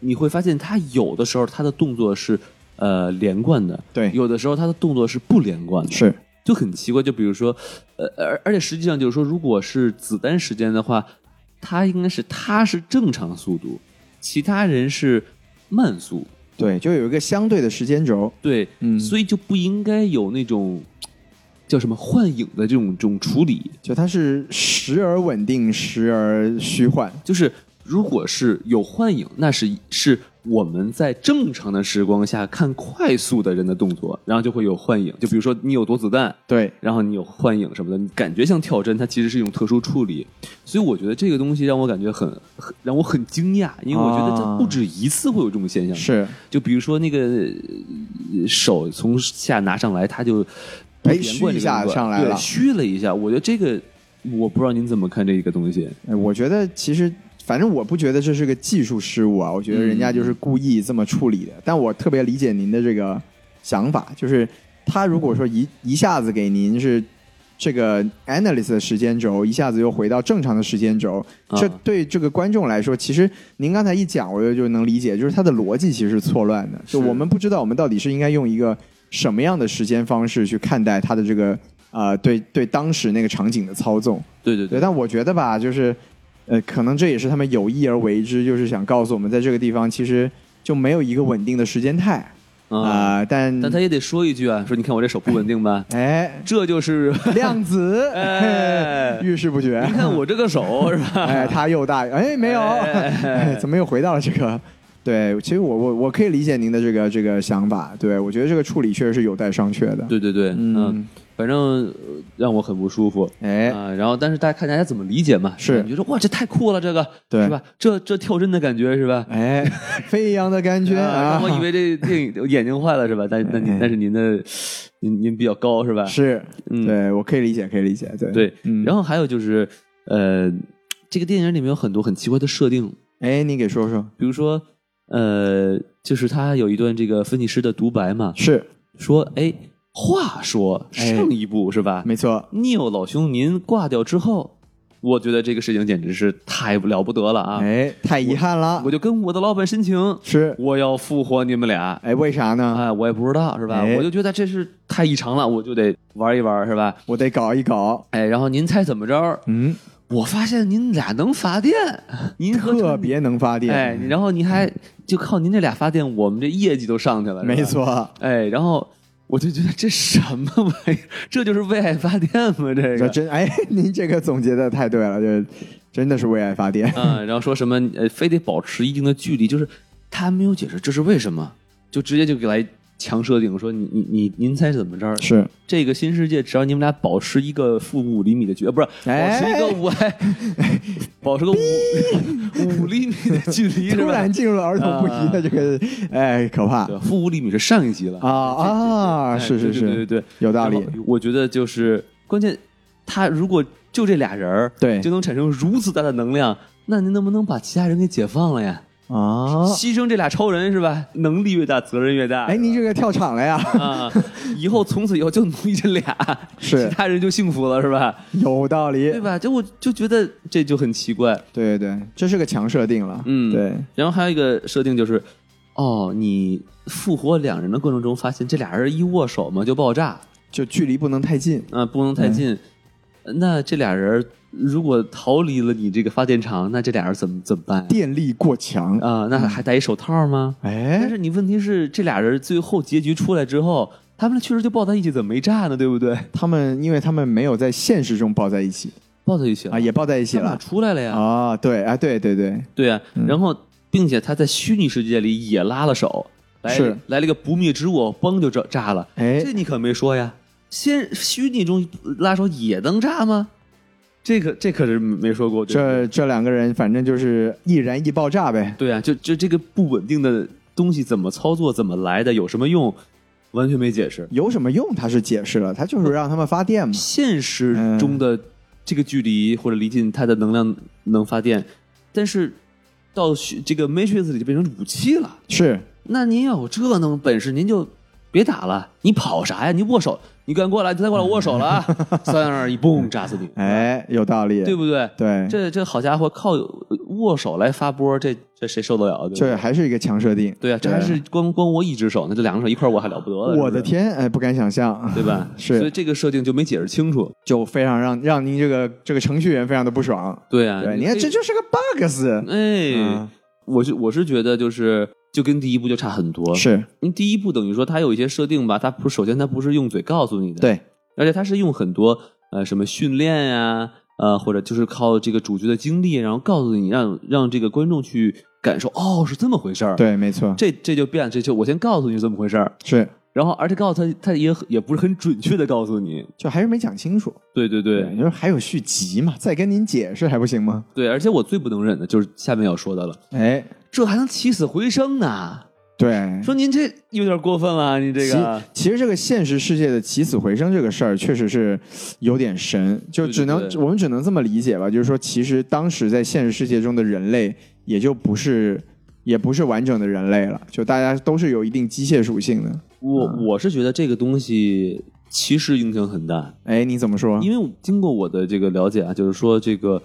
S2: 你会发现，他有的时候他的动作是呃连贯的，
S3: 对
S2: 有的时候他的动作是不连贯的，
S3: 是
S2: 就很奇怪。就比如说，呃，而而且实际上就是说，如果是子弹时间的话，他应该是他是正常速度，其他人是慢速，
S3: 对，就有一个相对的时间轴。
S2: 对，
S3: 嗯
S2: 所以就不应该有那种。叫什么幻影的这种这种处理，
S3: 就它是时而稳定，时而虚幻。
S2: 就是如果是有幻影，那是是我们在正常的时光下看快速的人的动作，然后就会有幻影。就比如说你有躲子弹，
S3: 对，
S2: 然后你有幻影什么的，你感觉像跳帧，它其实是一种特殊处理。所以我觉得这个东西让我感觉很很让我很惊讶，因为我觉得
S3: 啊
S2: 它不止一次会有这种现象。
S3: 是。
S2: 就比如说那个呃手从下拿上来，他就
S3: 哎
S2: 连贯这个
S3: 虚一下
S2: 动作
S3: 上来了
S2: 对虚了一下。我觉得这个我不知道您怎么看这个东西。
S3: 哎我觉得其实，反正我不觉得这是个技术失误啊，我觉得人家就是故意这么处理的。但我特别理解您的这个想法，就是他如果说一一下子给您是这个 analyst 的时间轴，一下子又回到正常的时间轴，
S2: 啊
S3: 这对这个观众来说，其实您刚才一讲，我就就能理解，就是它的逻辑其实是错乱的，就是我们不知道我们到底是应该用一个什么样的时间方式去看待它的这呃个。啊、对对，当时那个场景的操纵，
S2: 对对对
S3: 对，但我觉得吧，就是呃，可能这也是他们有意而为之，就是想告诉我们，在这个地方其实就没有一个稳定的时间态
S2: 啊，
S3: 啊、但
S2: 但他也得说一句啊，说你看我这手不稳定吧，
S3: 哎，
S2: 这 就是
S3: 量子
S2: 哎
S3: 遇事不决，
S2: 你看我这个 手是吧？
S3: 哎，他又大，哎，没有，哎怎么又回到了这个？对，其实我我我可以理解您的这个这个想法，对我觉得这个处理确实是有待商榷的。
S2: 对对对，嗯，
S3: 嗯
S2: 反正呃让我很不舒服。
S3: 哎，
S2: 啊，然后但是大家看大家怎么理解嘛？
S3: 是
S2: 你就说哇，这太酷了，这个
S3: 对
S2: 是吧？这这跳针的感觉是吧？
S3: 哎，飞扬 的感觉
S2: 啊
S3: 啊！
S2: 让我以为这电影眼睛坏了是 吧？但但您但是您的您您比较高是吧？
S3: 是，
S2: 嗯
S3: 对我可以理解，可以理解，对
S2: 对。
S3: 嗯
S2: 然后还有就是呃，这个电影里面有很多很奇怪的设定，
S3: 哎，你给说说，
S2: 比如说呃，就是他有一段这个分析师的独白嘛，
S3: 是
S2: 说哎，话说
S3: 哎
S2: 上一部是吧？
S3: 没错，
S2: Neil 老兄您挂掉之后，我觉得这个事情简直是太不了不得了啊！
S3: 哎，太遗憾了
S2: 我，就跟我的老板申请，
S3: 是，
S2: 我要复活你们俩。
S3: 哎，为啥呢？
S2: 哎，我也不知道是吧？
S3: 哎
S2: 我就觉得这是太异常了，我就得玩一玩是吧？
S3: 我得搞一搞，
S2: 哎，然后您猜怎么着？
S3: 嗯，
S2: 我发现您俩能发电，您和
S3: 特别能发电，
S2: 哎，然后您还就靠您这俩发电，我们这业绩都上去了，是吧
S3: 没。错，
S2: 哎，然后我就觉得这什么玩意儿？这就是为爱发电吗？这
S3: 这
S2: 个
S3: 真哎， 您这个总结的太对了，这真的是为爱发 电，
S2: 嗯，然后说什么呃，非得保持一定的距离，就是他没有解释这是为什么，就直接就给来强设定说你你你您猜怎么着？
S3: 是，
S2: 这个新世界只要你们俩保持一个负五厘米的距，呃不是保持一个五，哎、 保持 个五五厘米的距离是
S3: 突
S2: 吧
S3: 然？进入了儿童不宜的这个，哎，可怕
S2: 啊对，负五厘米是上一集了
S3: 啊啊！
S2: 哎
S3: 是是
S2: 对对对
S3: 是，
S2: 对对，
S3: 有道理
S2: 然，后我觉得就是关键，他如果就这俩人儿
S3: 对
S2: 就能产生如此大的能量，那您能不能把其他人给解放了呀？
S3: 啊，
S2: 牺牲这俩超人是吧？能力越大，责任越大。
S3: 哎，您这个跳场 了呀？
S2: 啊，以后从此以后就奴役这俩，
S3: 是
S2: 其他人就幸福了是吧？
S3: 有道理
S2: 对，吧？就我就觉得这就很奇怪。
S3: 对对对，这是个强设定了，
S2: 嗯
S3: 对，
S2: 然后还有一个设定就是，哦，你复活两人的过程中发现这俩人一握手嘛就爆炸，
S3: 就距离不能太近，
S2: 啊，不能
S3: 嗯
S2: 太近。那这俩人如果逃离了你这个发电厂，那这俩人怎么怎么办呀？
S3: 电力过强，
S2: 啊、那还戴一手套吗？但
S3: 嗯哎，
S2: 是你问题是，这俩人最后结局出来之后，他们确实就抱在一起，怎么没炸呢？对不对？
S3: 他们因为他们没有在现实中抱在一起
S2: 抱在一起了
S3: 啊，也抱在一起
S2: 他们俩
S3: 了
S2: 出来了呀。
S3: 啊，嗯对啊，对对对，
S2: 对啊，然后并且他在虚拟世界里也拉了手，来
S3: 是
S2: 来了一个不灭之握，嘣就炸炸了。
S3: 哎
S2: 这你可没说呀，先虚拟中拉手也能炸吗？这个这可是没说过，对不对
S3: 这这两个人反正就是易燃易爆炸呗，
S2: 对啊，就就这个不稳定的东西怎么操作，怎么来的，有什么用，完全没解释。
S3: 有什么用？他是解释了，他就是让他们发电嘛，
S2: 现实
S3: 嗯
S2: 中的这个距离或者离近，它的能量能发电，但是到虚这个 Matrix 里就变成武器了。
S3: 是
S2: 那您要有这能本事，您就别打了，你跑啥呀？你握手，你敢过来，你再过来握手了 啊！三二一，嘣，炸死你！，
S3: 哎，有道理，
S2: 对不对？
S3: 对，
S2: 这这好家伙，靠握手来发波，这这谁受得了？对不对
S3: 这还是一个强设定，哎
S2: 对啊，这还是光光握一只手，那这两个手一块握还了不得了？
S3: 我的
S2: 是不是，
S3: 天，哎，不敢想象，？
S2: 对吧
S3: 是
S2: 所以这个设定就没解释清楚。
S3: 就非常让让您这个这个程序员非常的不爽。
S2: 对啊，
S3: 对，你看这就是个 bugs，
S2: 哎
S3: 嗯，
S2: 我是我是觉得就是就跟第一部就差很多。，
S3: 是
S2: 因为第一部等于说它有一些设定吧，它不首先它不是用嘴告诉你的，，
S3: 对，
S2: 而且它是用很多呃什么训练呀、呃或者就是靠这个主角的经历，然后告诉你让让这个观众去感受，哦是这么回事儿。，
S3: 对，没错，
S2: 这这就变这就我先告诉你是这么回事儿。
S3: 是
S2: 然后，而且告诉他，他也也不是很准确的告诉你，
S3: 就还是没讲清楚。
S2: 对对
S3: 你
S2: 对
S3: 说还有续集嘛？再跟您解释还不行吗？
S2: 对，而且我最不能忍的就是下面要说的了，
S3: 哎，
S2: 这还能起死回生呢？
S3: 对，
S2: 说您这有点过分了，您这个
S3: 其其实这个现实世界的起死回生这个事儿，确实是有点神，就
S2: 对对
S3: 只能
S2: 对
S3: 我们只能这么理解吧。就是说，其实当时在现实世界中的人类，也就不是也不是完整的人类了，就大家都是有一定机械属性的。
S2: 我我是觉得这个东西其实影响很大，
S3: 哎，你怎么说？
S2: 因为经过我的这个了解啊，就是说这个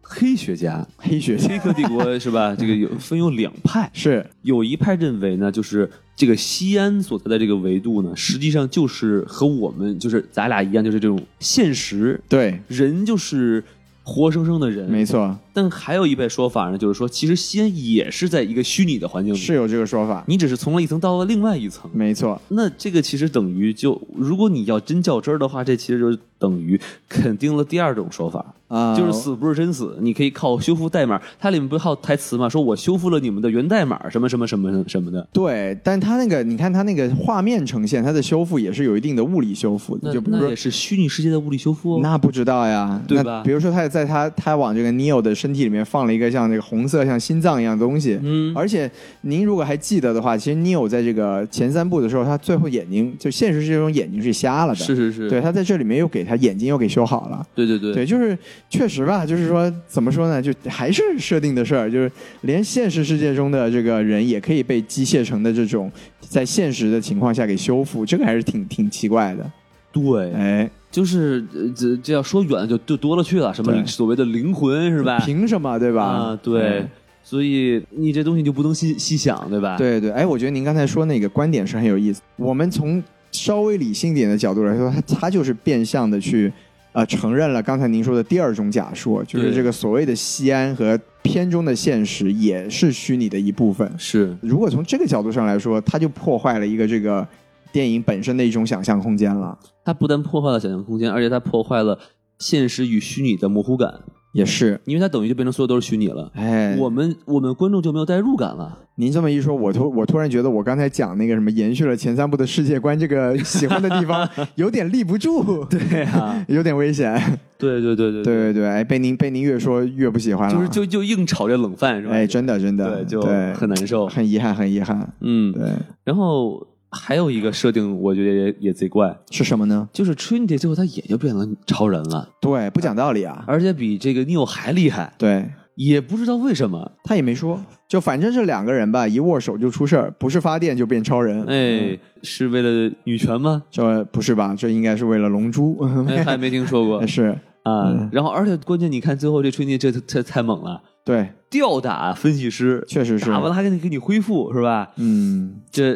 S2: 黑学 家，
S3: 黑学家
S2: 黑客帝国是吧？这个有分有两派，
S3: 是
S2: 有一派认为呢，就是这个西安所在的这个维度呢，实际上就是和我们就是咱俩一样，就是这种现实
S3: 对，
S2: 人就是活生生的人，
S3: 没错，
S2: 但还有一派说法呢，就是说，其实西安也是在一个虚拟的环境里，
S3: 是有这个说法，
S2: 你只是从了一层到了另外一层。
S3: 没错，
S2: 那这个其实等于就，如果你要真较真儿的话，这其实就是等于肯定了第二种说法，
S3: 啊
S2: 就是死不是真死，你可以靠修复代码。它里面不是还有台词嘛，说我修复了你们的源代码，什么什么什么什么的。
S3: 对，但它那个，你看它那个画面呈现，它的修复也是有一定的物理修复的，
S2: 那
S3: 就比如
S2: 那也
S3: 说。
S2: 是虚拟世界的物理修复、哦。
S3: 那不知道呀，
S2: 对
S3: 那
S2: 吧
S3: 比如说，他在他他往这个 Neo 的身体里面放了一个像这个红色像心脏一样的东西，
S2: 嗯
S3: 而且您如果还记得的话，其实 Neo 在这个前三部的时候，他最后眼睛就现实世界中眼睛是瞎了的，
S2: 是是是，
S3: 对，他在这里面又给他眼睛又给修好了，
S2: 对对对
S3: 对，就是确实吧，就是说怎么说呢，就还是设定的事儿，就是连现实世界中的这个人也可以被机械成的这种在现实的情况下给修复，这个还是挺挺奇怪的。
S2: 对
S3: 哎，
S2: 就是呃这这要说远了就就多了去了，什
S3: 对
S2: 么所谓的灵魂是吧？
S3: 凭什么对吧？
S2: 啊，对，
S3: 嗯
S2: 所以你这东西就不能细细想，对吧？，
S3: 对对，哎，我觉得您刚才说那个观点是很有意思。我们从稍微理性点的角度来说，它它就是变相的去呃承认了刚才您说的第二种假说，就是
S2: 对
S3: 这个所谓的西安和片中的现实也是虚拟的一部分。
S2: 是
S3: 如果从这个角度上来说，它就破坏了一个这个电影本身的一种想象空间了。
S2: 它不但破坏了想象空间，而且它破坏了现实与虚拟的模糊感，
S3: 也是，
S2: 因为它等于就变成所有都是虚拟了。
S3: 哎，
S2: 我们我们观众就没有代入感 了，
S3: 您这么一说，我突我突然觉得我刚才讲那个什么延续了前三部的世界观这个喜欢的地 方有点立不住，对
S2: 啊
S3: 有点危险。
S2: 对对对对
S3: 对对对，哎，被您被您越说越不喜欢了，
S2: 就是就就硬炒这冷饭是吧？
S3: 哎，真的真
S2: 对，
S3: 的
S2: 就很难受。
S3: 很遗憾，很遗憾。
S2: 嗯，
S3: 对，
S2: 然后还有一个设定，我觉得也也贼怪，
S3: 是什么呢？
S2: 就是 Trinity 最后他也就变成超人了，
S3: 对，不讲道理啊。
S2: 而且比这个 Neo 还厉害，
S3: 对
S2: 也不知道为什么。
S3: 他也没说，就反正这两个人吧，一握手就出事儿，不是发电就变超人。
S2: 哎，是为了女权 吗？
S3: 这不是吧？这应该是为了龙珠，
S2: 哎，还没听 说过
S3: 是嗯
S2: 啊。然后，而且关键，你看最后这 Trinity 这这太猛了，
S3: 对，
S2: 吊打分析师，
S3: 确实是，
S2: 打完了还给你给你恢复是吧？
S3: 嗯
S2: 这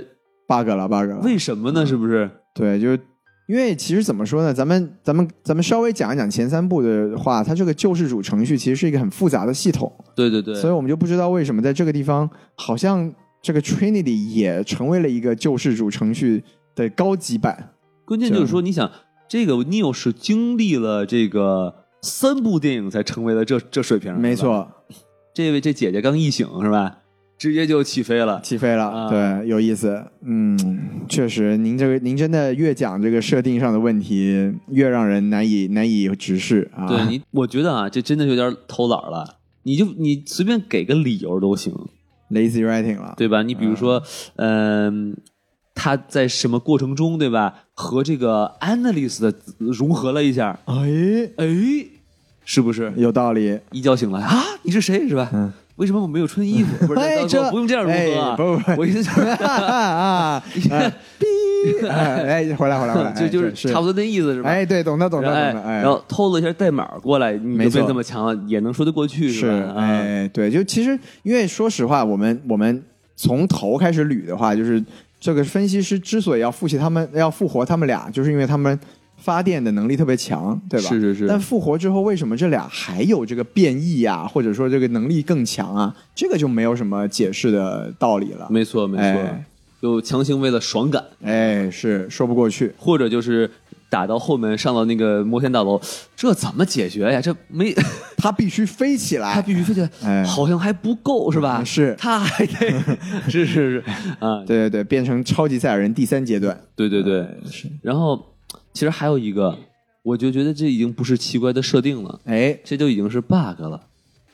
S3: ，bug 了，bug 了。
S2: 为什么
S3: 嗯
S2: 呢？是不是？
S3: 对，就是因为其实怎么说呢，咱们咱们咱们稍微讲一讲前三部的话，它这个救世主程序其实是一个很复杂的系统，
S2: 对对对，
S3: 所以我们就不知道为什么在这个地方，好像这个 Trinity 也成为了一个救世主程序的高级版。
S2: 关键就是说，你想这个 Neo 是经历了这个三部电影才成为了这这水平，
S3: 没
S2: 嗯是吧。
S3: 错，
S2: 这位这姐姐刚一醒是吧，直接就起飞了。
S3: 起飞了，
S2: 啊
S3: 对，有意思。嗯，确实，您这个您真的越讲这个设定上的问题，越让人难以难以直视啊。
S2: 对你，我觉得啊，这真的有点偷懒了。你就你随便给个理由都行，
S3: lazy writing 了，
S2: 对吧？你比如说，嗯、他在什么过程中，对吧？和这个 analyst 的呃融合了一下，
S3: 哎，
S2: 哎，是不是？
S3: 有道理。
S2: 一觉醒来啊，你是谁是吧？
S3: 嗯
S2: 为什么我没有穿衣服？ 不是，
S3: 哎
S2: 大哥
S3: 这
S2: 不用这样融合、啊
S3: 哎不不不
S2: 我一
S3: 啊啊！啊哔！哎，哎回来回来回来，
S2: 就
S3: 哎
S2: 就是差不多那意思是吧？
S3: 哎，对，懂的懂的
S2: 哎
S3: 懂的，哎，
S2: 然后偷了一下代码过来，你
S3: 没
S2: 就
S3: 错
S2: 变这么强了，也能说得过去
S3: 是
S2: 吧？啊，
S3: 哎，对，就其实因为说实话，我们我们从头开始捋的话，就是这个分析师之所以要复习他们，要复活他们俩，就是因为他们发电的能力特别强，对吧？
S2: 是是是
S3: 但复活之后，为什么这俩还有这个变异啊，或者说这个能力更强啊？这个就没有什么解释的道理了。
S2: 没错没错
S3: 哎，
S2: 就强行为了爽感，
S3: 哎，是说不过去。
S2: 或者就是打到后面上到那个摩天大楼，这怎么解决呀？这没
S3: 他必须飞起 来，
S2: 他必须非得
S3: 哎，嗯
S2: 好像还不够是吧？
S3: 是
S2: 他还得 是是是啊，
S3: 对对对，变成超级赛亚人第三阶段。
S2: 对对对。
S3: 是，
S2: 然后其实还有一个，我就觉得这已经不是奇怪的设定了，
S3: 哎，
S2: 这就已经是 bug 了。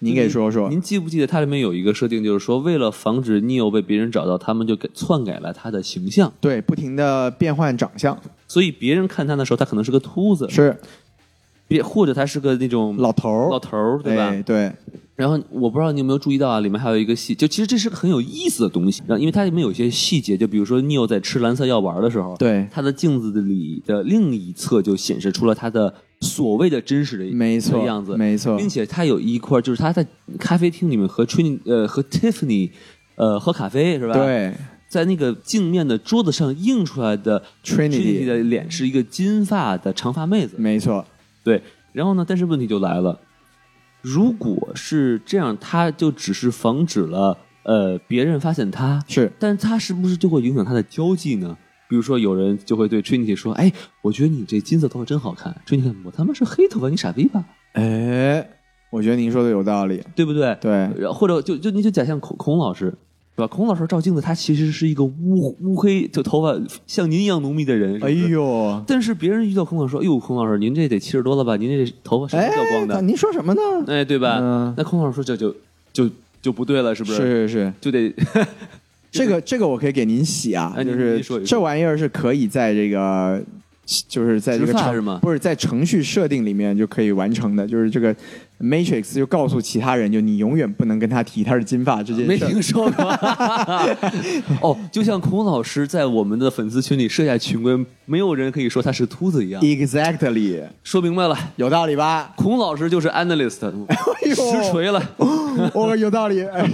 S3: 您给说说
S2: 嗯您记不记得它里面有一个设定，就是说为了防止 Neo 被别人找到，他们就给篡改了他的形象，
S3: 对，不停的变换长相，
S2: 所以别人看他的时候，他可能是个秃子，
S3: 是
S2: 别或者他是个那种
S3: 老头儿，
S2: 老头儿，对吧？
S3: 哎，对，
S2: 然后我不知道你有没有注意到啊，里面还有一个细，就其实这是个很有意思的东西，然后因为它里面有一些细节，就比如说 Neo 在吃蓝色药丸的时候，
S3: 对
S2: 他的镜子里的另一侧就显示出了他的所谓的真实的
S3: 没错
S2: 的样子，
S3: 没错
S2: 并且他有一块就是他在咖啡厅里面和 Trin 呃和 Tiffany 呃喝咖啡是吧？，
S3: 对
S2: 在那个镜面的桌子上映出来的
S3: Trinity
S2: 的脸是一个金发的长发妹子，
S3: 没错，
S2: 对。然后呢，但是问题就来了。如果是这样，他就只是防止了呃别人发现他，
S3: 是
S2: 但他是不是就会影响他的交际呢？比如说，有人就会对 Trinity 说：“哎，我觉得你这金色头发真好看。”Trinity，我他妈是黑头发，你傻逼吧？
S3: 哎，我觉得您说的有道理。
S2: 对不对？
S3: 对，
S2: 然后或者就就你就假象孔孔老师，对吧？孔老师照镜子，他其实是一个乌乌黑，就头发像您一样浓密的人。是不
S3: 哎
S2: 是，
S3: 呦，
S2: 但是别人遇到孔老师说：“哎呦，孔老师，您这得七十多了吧？您这头发是不
S3: 哎
S2: 是掉光，的
S3: 那？”您说什么呢？
S2: 哎，对吧？
S3: 嗯
S2: 那孔老师说：“这就就就不对了，是不
S3: 是是是，
S2: 就得
S3: 这个这个我可以给您洗啊，
S2: 哎
S3: 就
S2: 您
S3: 是
S2: 您说一说
S3: 这玩意儿是可以在这个。就是在这个
S2: 植发
S3: 程
S2: 是吗
S3: 不是在程序设定里面就可以完成的，就是这个 Matrix 就告诉其他人，就你永远不能跟他提他是金发这 件
S2: 没
S3: 事儿。
S2: 听说过。 哦，就像孔老师在我们的粉丝群里设下群规，没有人可以说他是秃子一样。
S3: Exactly，
S2: 说明白了，
S3: 有道理吧？
S2: 孔老师就是 analyst，
S3: 呦
S2: 实锤了。
S3: 哦，有道理。哎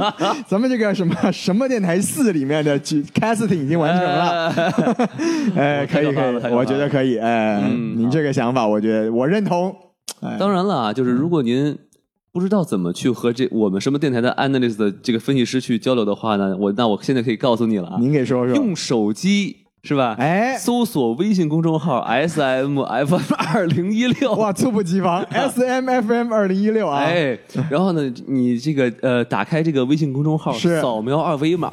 S3: 咱们这个什么什么电台四里面的举 casting 已经完成了，哎，可以
S2: 太可怕
S3: 可
S2: 了太可怕
S3: 以，
S2: 了
S3: 我觉得可以。哎，
S2: 嗯
S3: 您这个想法，我觉得我认同。哎，
S2: 当然了啊，就是如果您不知道怎么去和这我们什么电台的 analyst 的这个分析师去交流的话呢，我那我现在可以告诉你了啊，
S3: 您给说说
S2: 用。手机是吧？
S3: 哎
S2: 搜索微信公众号 S M F M 二零一六。
S3: 哇，猝不 及防，S M F M 二零一六啊！
S2: 哎，然后呢，你这个呃，打开这个微信公众号，
S3: 是
S2: 扫描二维 码，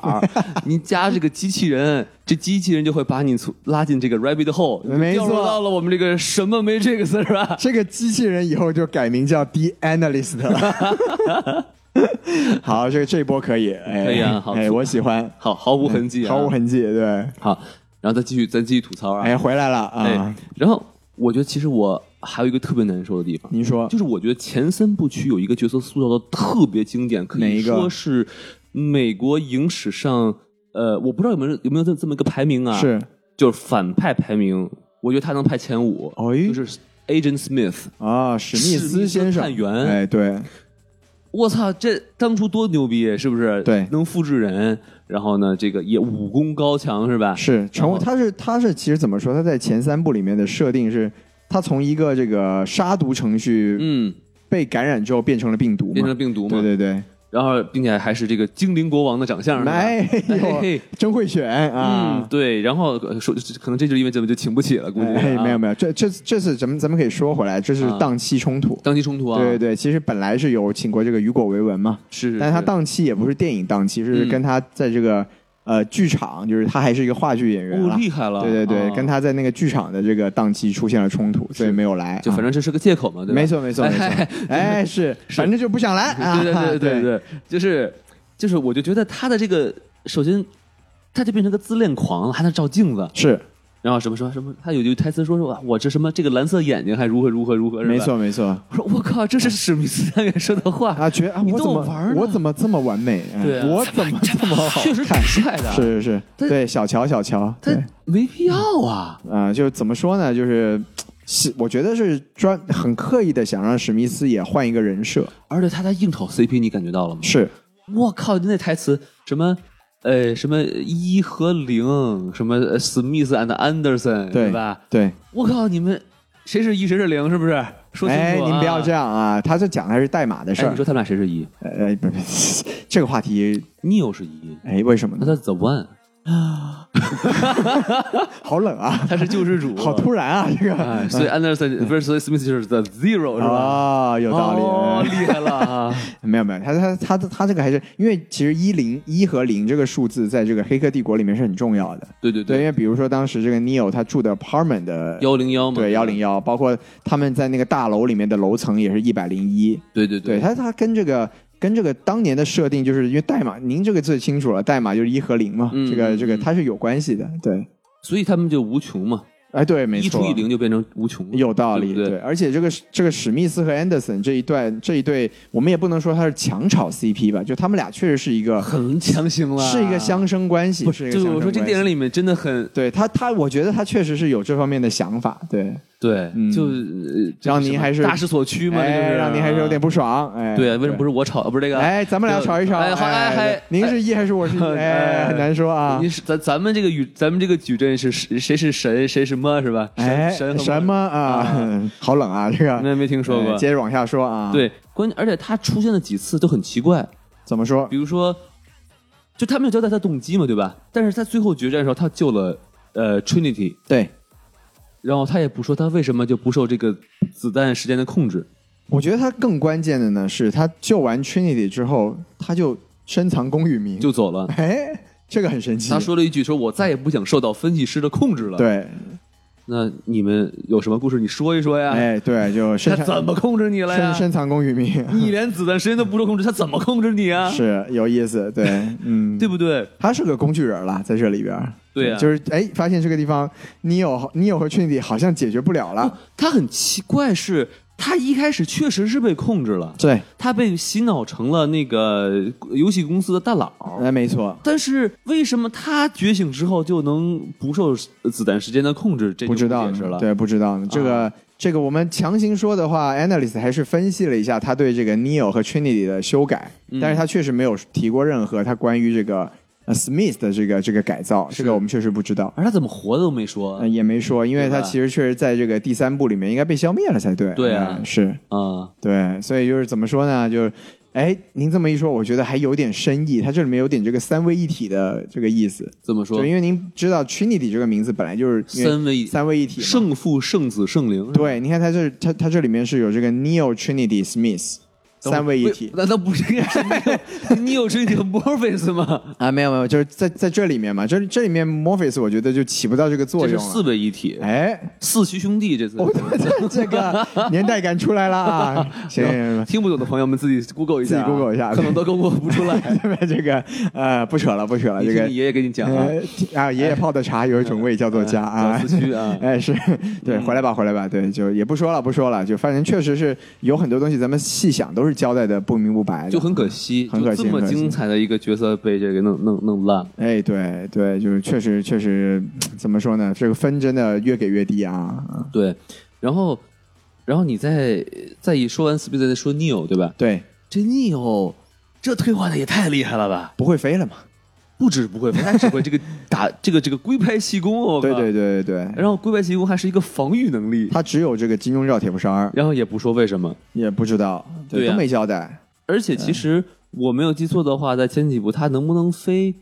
S2: 你加这个机器人，这机器人就会把你从拉进这个 Rabbit Hole，你就
S3: 没错
S2: 掉入到了我们这个啊什么 Matrix 是 吧？
S3: 这个机器人以后就改名叫 The Analyst 了。好，这个这一波可以，哎、
S2: 可以啊好
S3: 哎，我喜欢，哎
S2: 好，毫无痕迹、啊，
S3: 毫无痕迹，对，
S2: 好，然后再继续，再继续吐槽啊。
S3: 哎，回来了啊，
S2: 哎然后我觉得其实我还有一个特别难受的地方，
S3: 您说
S2: 就是我觉得前三部曲有一个角色塑造的特别经典，可
S3: 哪一
S2: 以
S3: 个
S2: 说是美国影史上，呃，我不知道有没有有没有这这么一个排名啊？
S3: 是，
S2: 就是反派排名，我觉得他能排前五，
S3: 哎
S2: 就是 Agent Smith。
S3: 啊，史密斯先生，
S2: 史密斯探员
S3: 哎，对，
S2: 我操，这当初多牛逼，是不是？
S3: 对
S2: 能复制人，然后呢，这个也武功高强，是吧？
S3: 是成
S2: 然
S3: 为，
S2: 后
S3: 他是他是其实怎么说？他在前三部里面的设定是，他从一个这个杀毒程序
S2: 嗯，
S3: 被感染之后变成了病毒嘛，
S2: 变成了病毒嘛。
S3: 对对对，
S2: 然后并且还是这个精灵国王的长相，是吧
S3: 哎
S2: 哎嘿
S3: 呦
S2: 嘿，
S3: 真会选啊！
S2: 嗯，对，然后呃说可能这就是因为咱们就请不起了，估计、
S3: 哎，
S2: 啊
S3: 没有没有，这这这次咱们咱们可以说回来，这是
S2: 啊
S3: 档期冲突。
S2: 当期冲突啊，
S3: 对对对，其实本来是有请过这个雨果维文嘛，
S2: 是，是
S3: 但是他
S2: 是
S3: 档期也不是电影档期，是
S2: 嗯
S3: 跟他在这个呃剧场，就是他还是一个话剧演员
S2: 哦
S3: 了。
S2: 厉害了，
S3: 对对对，
S2: 啊
S3: 跟他在那个剧场的这个档期出现了冲突，所以没有来。
S2: 就反
S3: 啊
S2: 正这是个借口嘛，对吧？
S3: 没错没 错没错，哎是，反正就不想来。啊
S2: 对对对对
S3: 对
S2: 对，就是就是，我就觉得他的这个首先。他就变成个自恋狂了，还能照镜子，
S3: 是
S2: 然后什么什么什么，他有句台词说说哇我这什么这个蓝色眼睛还如何如何如何，是吧
S3: 没。错没错。
S2: 我说我靠，这是史密斯导演说的话
S3: 啊，觉得啊
S2: 你
S3: 我
S2: 逗
S3: 怎
S2: 我玩
S3: 么
S2: 儿呢
S3: 我怎么这么完美？嗯
S2: 对啊
S3: 我怎么这么好
S2: 确实挺
S3: 看？
S2: 帅的，
S3: 是是是，
S2: 但
S3: 对小乔小乔，
S2: 他
S3: 对。
S2: 没必要啊。
S3: 啊、就是怎么说呢？就是是，我觉得是专很刻意的想让史密斯也换一个人设，
S2: 而且他在硬炒 CP，你感觉到了吗？
S3: 是
S2: 我靠，那台词什么？呃，什么一和零，什么呃 Smith and Anderson，
S3: 对
S2: 是吧？
S3: 对。
S2: 我靠，你们谁是一，谁是零，是不是？说清楚、啊！
S3: 哎，您不要这
S2: 样
S3: 样啊！他这讲的是代码的事
S2: 哎，
S3: 儿
S2: 你，说他们俩谁是一
S3: 呃，不不，这个话题，
S2: ？Neo 是一，
S3: 哎，为什么
S2: 那
S3: 呢？
S2: 他 The One，
S3: 好冷啊，
S2: 他是救世主，
S3: 好突然啊，这个
S2: 哎！所以 Anderson 不是，所以 Smith 就是 The Zero，是吧？
S3: 哦，有道理。
S2: 哦，
S3: 哎
S2: 厉害了 啊！
S3: 没有没有，他他他他这个还是因为其实一零一和零这个数字在这个黑客帝国里面是很重要的。
S2: 对对
S3: 对，因，为比如说当时这个 Neo 他住的 apartment 的
S2: 幺零幺嘛，
S3: 对，幺零，幺，包括他们在那个大楼里面的楼层也是一百零一。
S2: 对对
S3: 对，
S2: 对，
S3: 它它跟这个跟这个当年的设定，就是因为代码，您这个最清楚了，代码就是一和零嘛，
S2: 嗯
S3: 这个这个
S2: 嗯
S3: 它是有关系的。对，
S2: 所以他们就无穷嘛，
S3: 哎，对，没
S2: 一除
S3: 错
S2: 以，零就变成无穷了，
S3: 有道理。
S2: 对不对
S3: 而且这个这个史密斯和 Anderson 这一段这一对，我们也不能说他是强炒 CP 吧，就他们俩确实是一个
S2: 很强行了，
S3: 是一个相生关系，
S2: 不
S3: 一
S2: 是，
S3: 个
S2: 就是
S3: 相
S2: 我
S3: 生
S2: 说这
S3: 关
S2: 电影
S3: 系。
S2: 里面真的很
S3: 对他，他我觉得他确实是有这方面的想法，对，
S2: 对，
S3: 嗯
S2: 就呃这
S3: 让您
S2: 什么
S3: 还是
S2: 大势所趋嘛，这就
S3: 哎，
S2: 是
S3: 让您还是有点不爽，哎，
S2: 对啊，为什么不
S3: 是？
S2: 是我吵，不是这个？
S3: 哎，咱们俩
S2: 就
S3: 吵一吵，
S2: 哎，好，哎，还
S3: 哎，您是一还是我是一？哎，
S2: 哎
S3: 很难说啊
S2: 你。是咱咱们这个矩，咱们这个矩阵是谁谁是神，谁什么是吧？神
S3: 哎，
S2: 神和
S3: 什么啊？ 好冷啊，这个
S2: 魔？那没听说
S3: 哎
S2: 过。
S3: 接着往下说啊，，
S2: 对，关键而且他出现的几次都很奇怪，
S3: 怎么说？
S2: 比如说，就他没有交代他动机嘛，对吧？但是在最后决战的时候，他救了呃 Trinity，
S3: 对，
S2: 然后他也不说他为什么就不受这个子弹时间的控制。
S3: 我觉得他更关键的呢是，他救完 Trinity 之后，他就深藏功与名，
S2: 就走了。
S3: 哎，这个很神奇。
S2: 他说了一句：“说我再也不想受到分析师的控制了。”，
S3: 对，
S2: 那你们有什么故事？你说一说呀。
S3: 哎，对，就深
S2: 啊他
S3: 藏
S2: 怎么控制你了呀
S3: 深？深藏功与名，
S2: 你连子弹时间都不受控制，他怎么控制你啊？
S3: 是有意思， 对，嗯，
S2: 对不对？
S3: 他是个工具人了，在这里边儿。
S2: 对啊
S3: 就是哎，发现这个地方，你有你有和 Trinity 好像解决不了了。
S2: 啊他很奇怪是，他一开始确实是被控制了，
S3: 对，
S2: 他被洗脑成了那个游戏公司的大佬。
S3: 哎，没错，
S2: 但是为什么他觉醒之后就能不受子弹时间的控制？这就
S3: 不知道
S2: 解释
S3: 呢
S2: 了。啊
S3: 对，不知道呢。这个、这个，我们强行说的话，Analyst 还是分析了一下他对这个 Neo 和 Trinity 的修改，
S2: 嗯
S3: 但是他确实没有提过任何他关于这个、呃 Smith 的这个这个改造，这个我们确实不知道。
S2: 而他怎么活的都没说
S3: 呃也没说，因为
S2: 嗯对吧
S3: 他其实确实在这个第三部里面应该被消灭了才对。
S2: 对啊
S3: 嗯是
S2: 啊。
S3: 对，所以就是怎么说呢？就是，哎，您这么一说，我觉得还有点深意，它这里面有点这个三位一体的这个意思。
S2: 这么说
S3: 就，因为您知道 Trinity 这个名字本来就是因为
S2: 三位一
S3: 三位一体嘛。
S2: 圣父、圣子、圣灵。是吧，
S3: 对，你看它这它它这里面是有这个 Neo Trinity Smith 三位一体
S2: 不难道不是应该是 Neo- Neo Trinity 和 Morpheus 吗？
S3: 啊，没有没有，就是在在这里面嘛，这这里面 Morpheus 我觉得就起不到这个作
S2: 这是
S3: 用
S2: 四
S3: 了。
S2: 位一体，
S3: 哎，
S2: 四驱兄弟这次。
S3: 我怎么这这个年代感出来 了啊？行行行，
S2: 听不懂的朋友们自己 Google 一下啊，
S3: 自己 Google 一下
S2: 可能都 Google 不出来。
S3: 这个呃，不扯了，不扯了，
S2: 你
S3: 这
S2: 听
S3: 个
S2: 你爷爷给你讲啊，
S3: 呃啊，爷爷泡的茶有一种味叫做 家啊，
S2: 小。四驱啊嗯
S3: 哎，是对，回来吧，回来吧，对，就也不说了，不说了，就反正确实是有很多东西，咱们细想都是交代的不明不白的，
S2: 就很可惜，
S3: 很可
S2: 就
S3: 惜
S2: 这么
S3: 很可惜
S2: 精彩的一个角色被这个弄弄弄烂。
S3: 哎，对对，就是确实确实怎么说呢，这个分真的越给越低啊，
S2: 对，然后，然后你再再一说完 Speed 再说 Neo 对吧？
S3: 对，
S2: 这 Neo 这退化的也太厉害了吧！
S3: 不会飞了嘛，
S2: 不止不会飞，他只会这个打这个这个龟派气功，我靠
S3: 对对对对对，
S2: 然后龟派气功还是一个防御能力，
S3: 他只有这个金庸绕铁布衫，
S2: 然后也不说为什么。
S3: 也不知道，
S2: 对
S3: 对，
S2: 呀
S3: 都没交代，
S2: 而且
S3: 嗯
S2: 其实我没有记错的话，在前几部他能不能飞，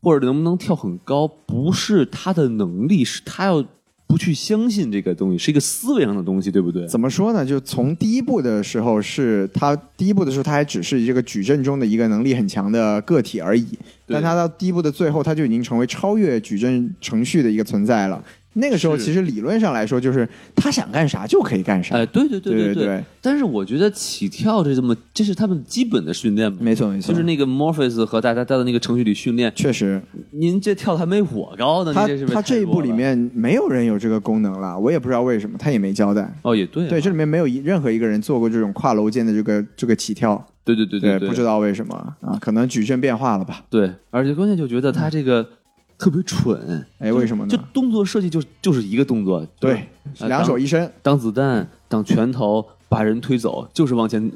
S2: 或者能不能跳很高，不是他的能力，是他要不去相信这个东西，是一个思维上的东西，对不对？
S3: 怎么说呢？就从第一部的时候是，他第一部的时候，他还只是这个矩阵中的一个能力很强的个体而已。
S2: 对
S3: 但他到第一部的最后，他就已经成为超越矩阵程序的一个存在了。那个时候，
S2: 是
S3: 其实理论上来说，就是他想干啥就可以干啥。
S2: 哎，对对对
S3: 对
S2: 对
S3: 对
S2: 但是我觉得起跳这这么，这是他们基本的训练嘛。
S3: 没错，没
S2: 就是那个 Morpheus 和大家在的那个程序里训练，
S3: 确实，
S2: 您这跳的还没我高呢。
S3: 他
S2: 您这是不是
S3: 他这一
S2: 太弱
S3: 部里
S2: 了
S3: 面没有人有这个功能了，我也不知道为什么，他也没交代。
S2: 哦，也对啊、
S3: 对，这里面没有一任何一个人做过这种跨楼间的这个这个起跳，
S2: 对对对对对，
S3: 不知道为什么啊，可能矩阵变化了吧？
S2: 对，而且关键就觉得
S3: 嗯
S2: 他这个特别蠢，
S3: 哎，为什么
S2: 就
S3: 呢？
S2: 动作设计就是就是一个动作，就是
S3: 对，
S2: 呃
S3: 两手一伸，
S2: 挡子弹、挡拳头、把人推走，就是往前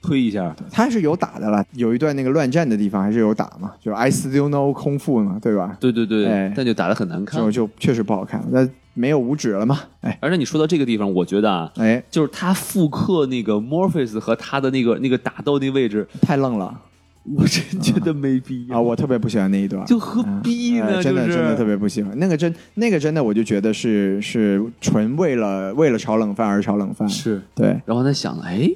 S2: 推一下。
S3: 他是有打的了，有一段那个乱战的地方还是有打嘛，就 I still know 空腹嘛，对吧？
S2: 对对对，
S3: 哎
S2: 但就打得很难看
S3: 就。就确实不好看，那没有五指了嘛，哎
S2: 而且你说到这个地方，我觉得啊，
S3: 哎，
S2: 就是他复刻那个 Morpheus 和他的那个那个打斗那位置，
S3: 太愣了
S2: 我真觉得没必要，
S3: 啊！我特别不喜欢那一段，
S2: 就何必呢？
S3: 哎真的
S2: 就是
S3: 真的特别不喜欢那个真那个真的，我就觉得是是纯为了为了炒冷饭而炒冷饭，
S2: 是。
S3: 对。
S2: 然后他想了，哎。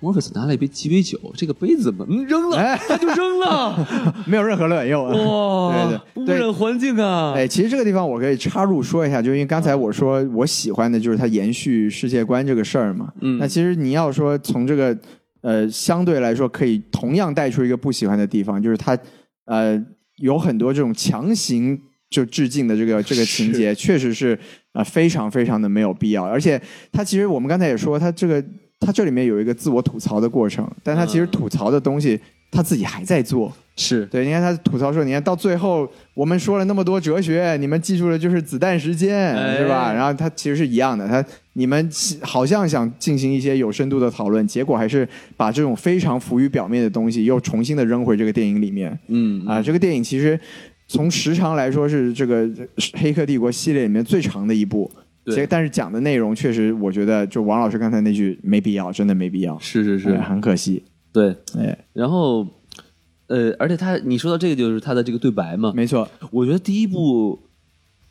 S2: Morpheus 拿了一杯鸡尾酒，这个杯子怎么嗯扔了？
S3: 哎
S2: 他就扔 了，
S3: 没有任何 卵用。啊
S2: 哇，
S3: 对对对
S2: 污染环境啊！
S3: 哎，其实这个地方我可以插入说一下，就因为刚才我说我喜欢的就是它延续世界观这个事儿嘛。
S2: 嗯
S3: 那其实你要说从这个呃相对来说可以同样带出一个不喜欢的地方，就是它呃有很多这种强行就致敬的 这个这个情节，确实是啊、呃非常非常的没有必要。而且它其实我们刚才也说，它这个它这里面有一个自我吐槽的过程，但它其实
S2: 嗯
S3: 吐槽的东西他自己还在做。
S2: 是
S3: 对，你看他吐槽说，你看到最后我们说了那么多哲学，你们记住了就是子弹时间，
S2: 哎
S3: 是吧？然后他其实是一样的，他你们好像想进行一些有深度的讨论，结果还是把这种非常浮于表面的东西又重新的扔回这个电影里面
S2: 嗯
S3: 啊。这个电影其实从时长来说是这个《黑客帝国》系列里面最长的一部，
S2: 对
S3: 结但是讲的内容确实，我觉得就王老师刚才那句没必要，真的没必要，
S2: 是是是
S3: 哎，很可惜，
S2: 对。
S3: 哎，
S2: 然后，呃，而且他你说到这个就是他的这个对白嘛，
S3: 没错。
S2: 我觉得第一部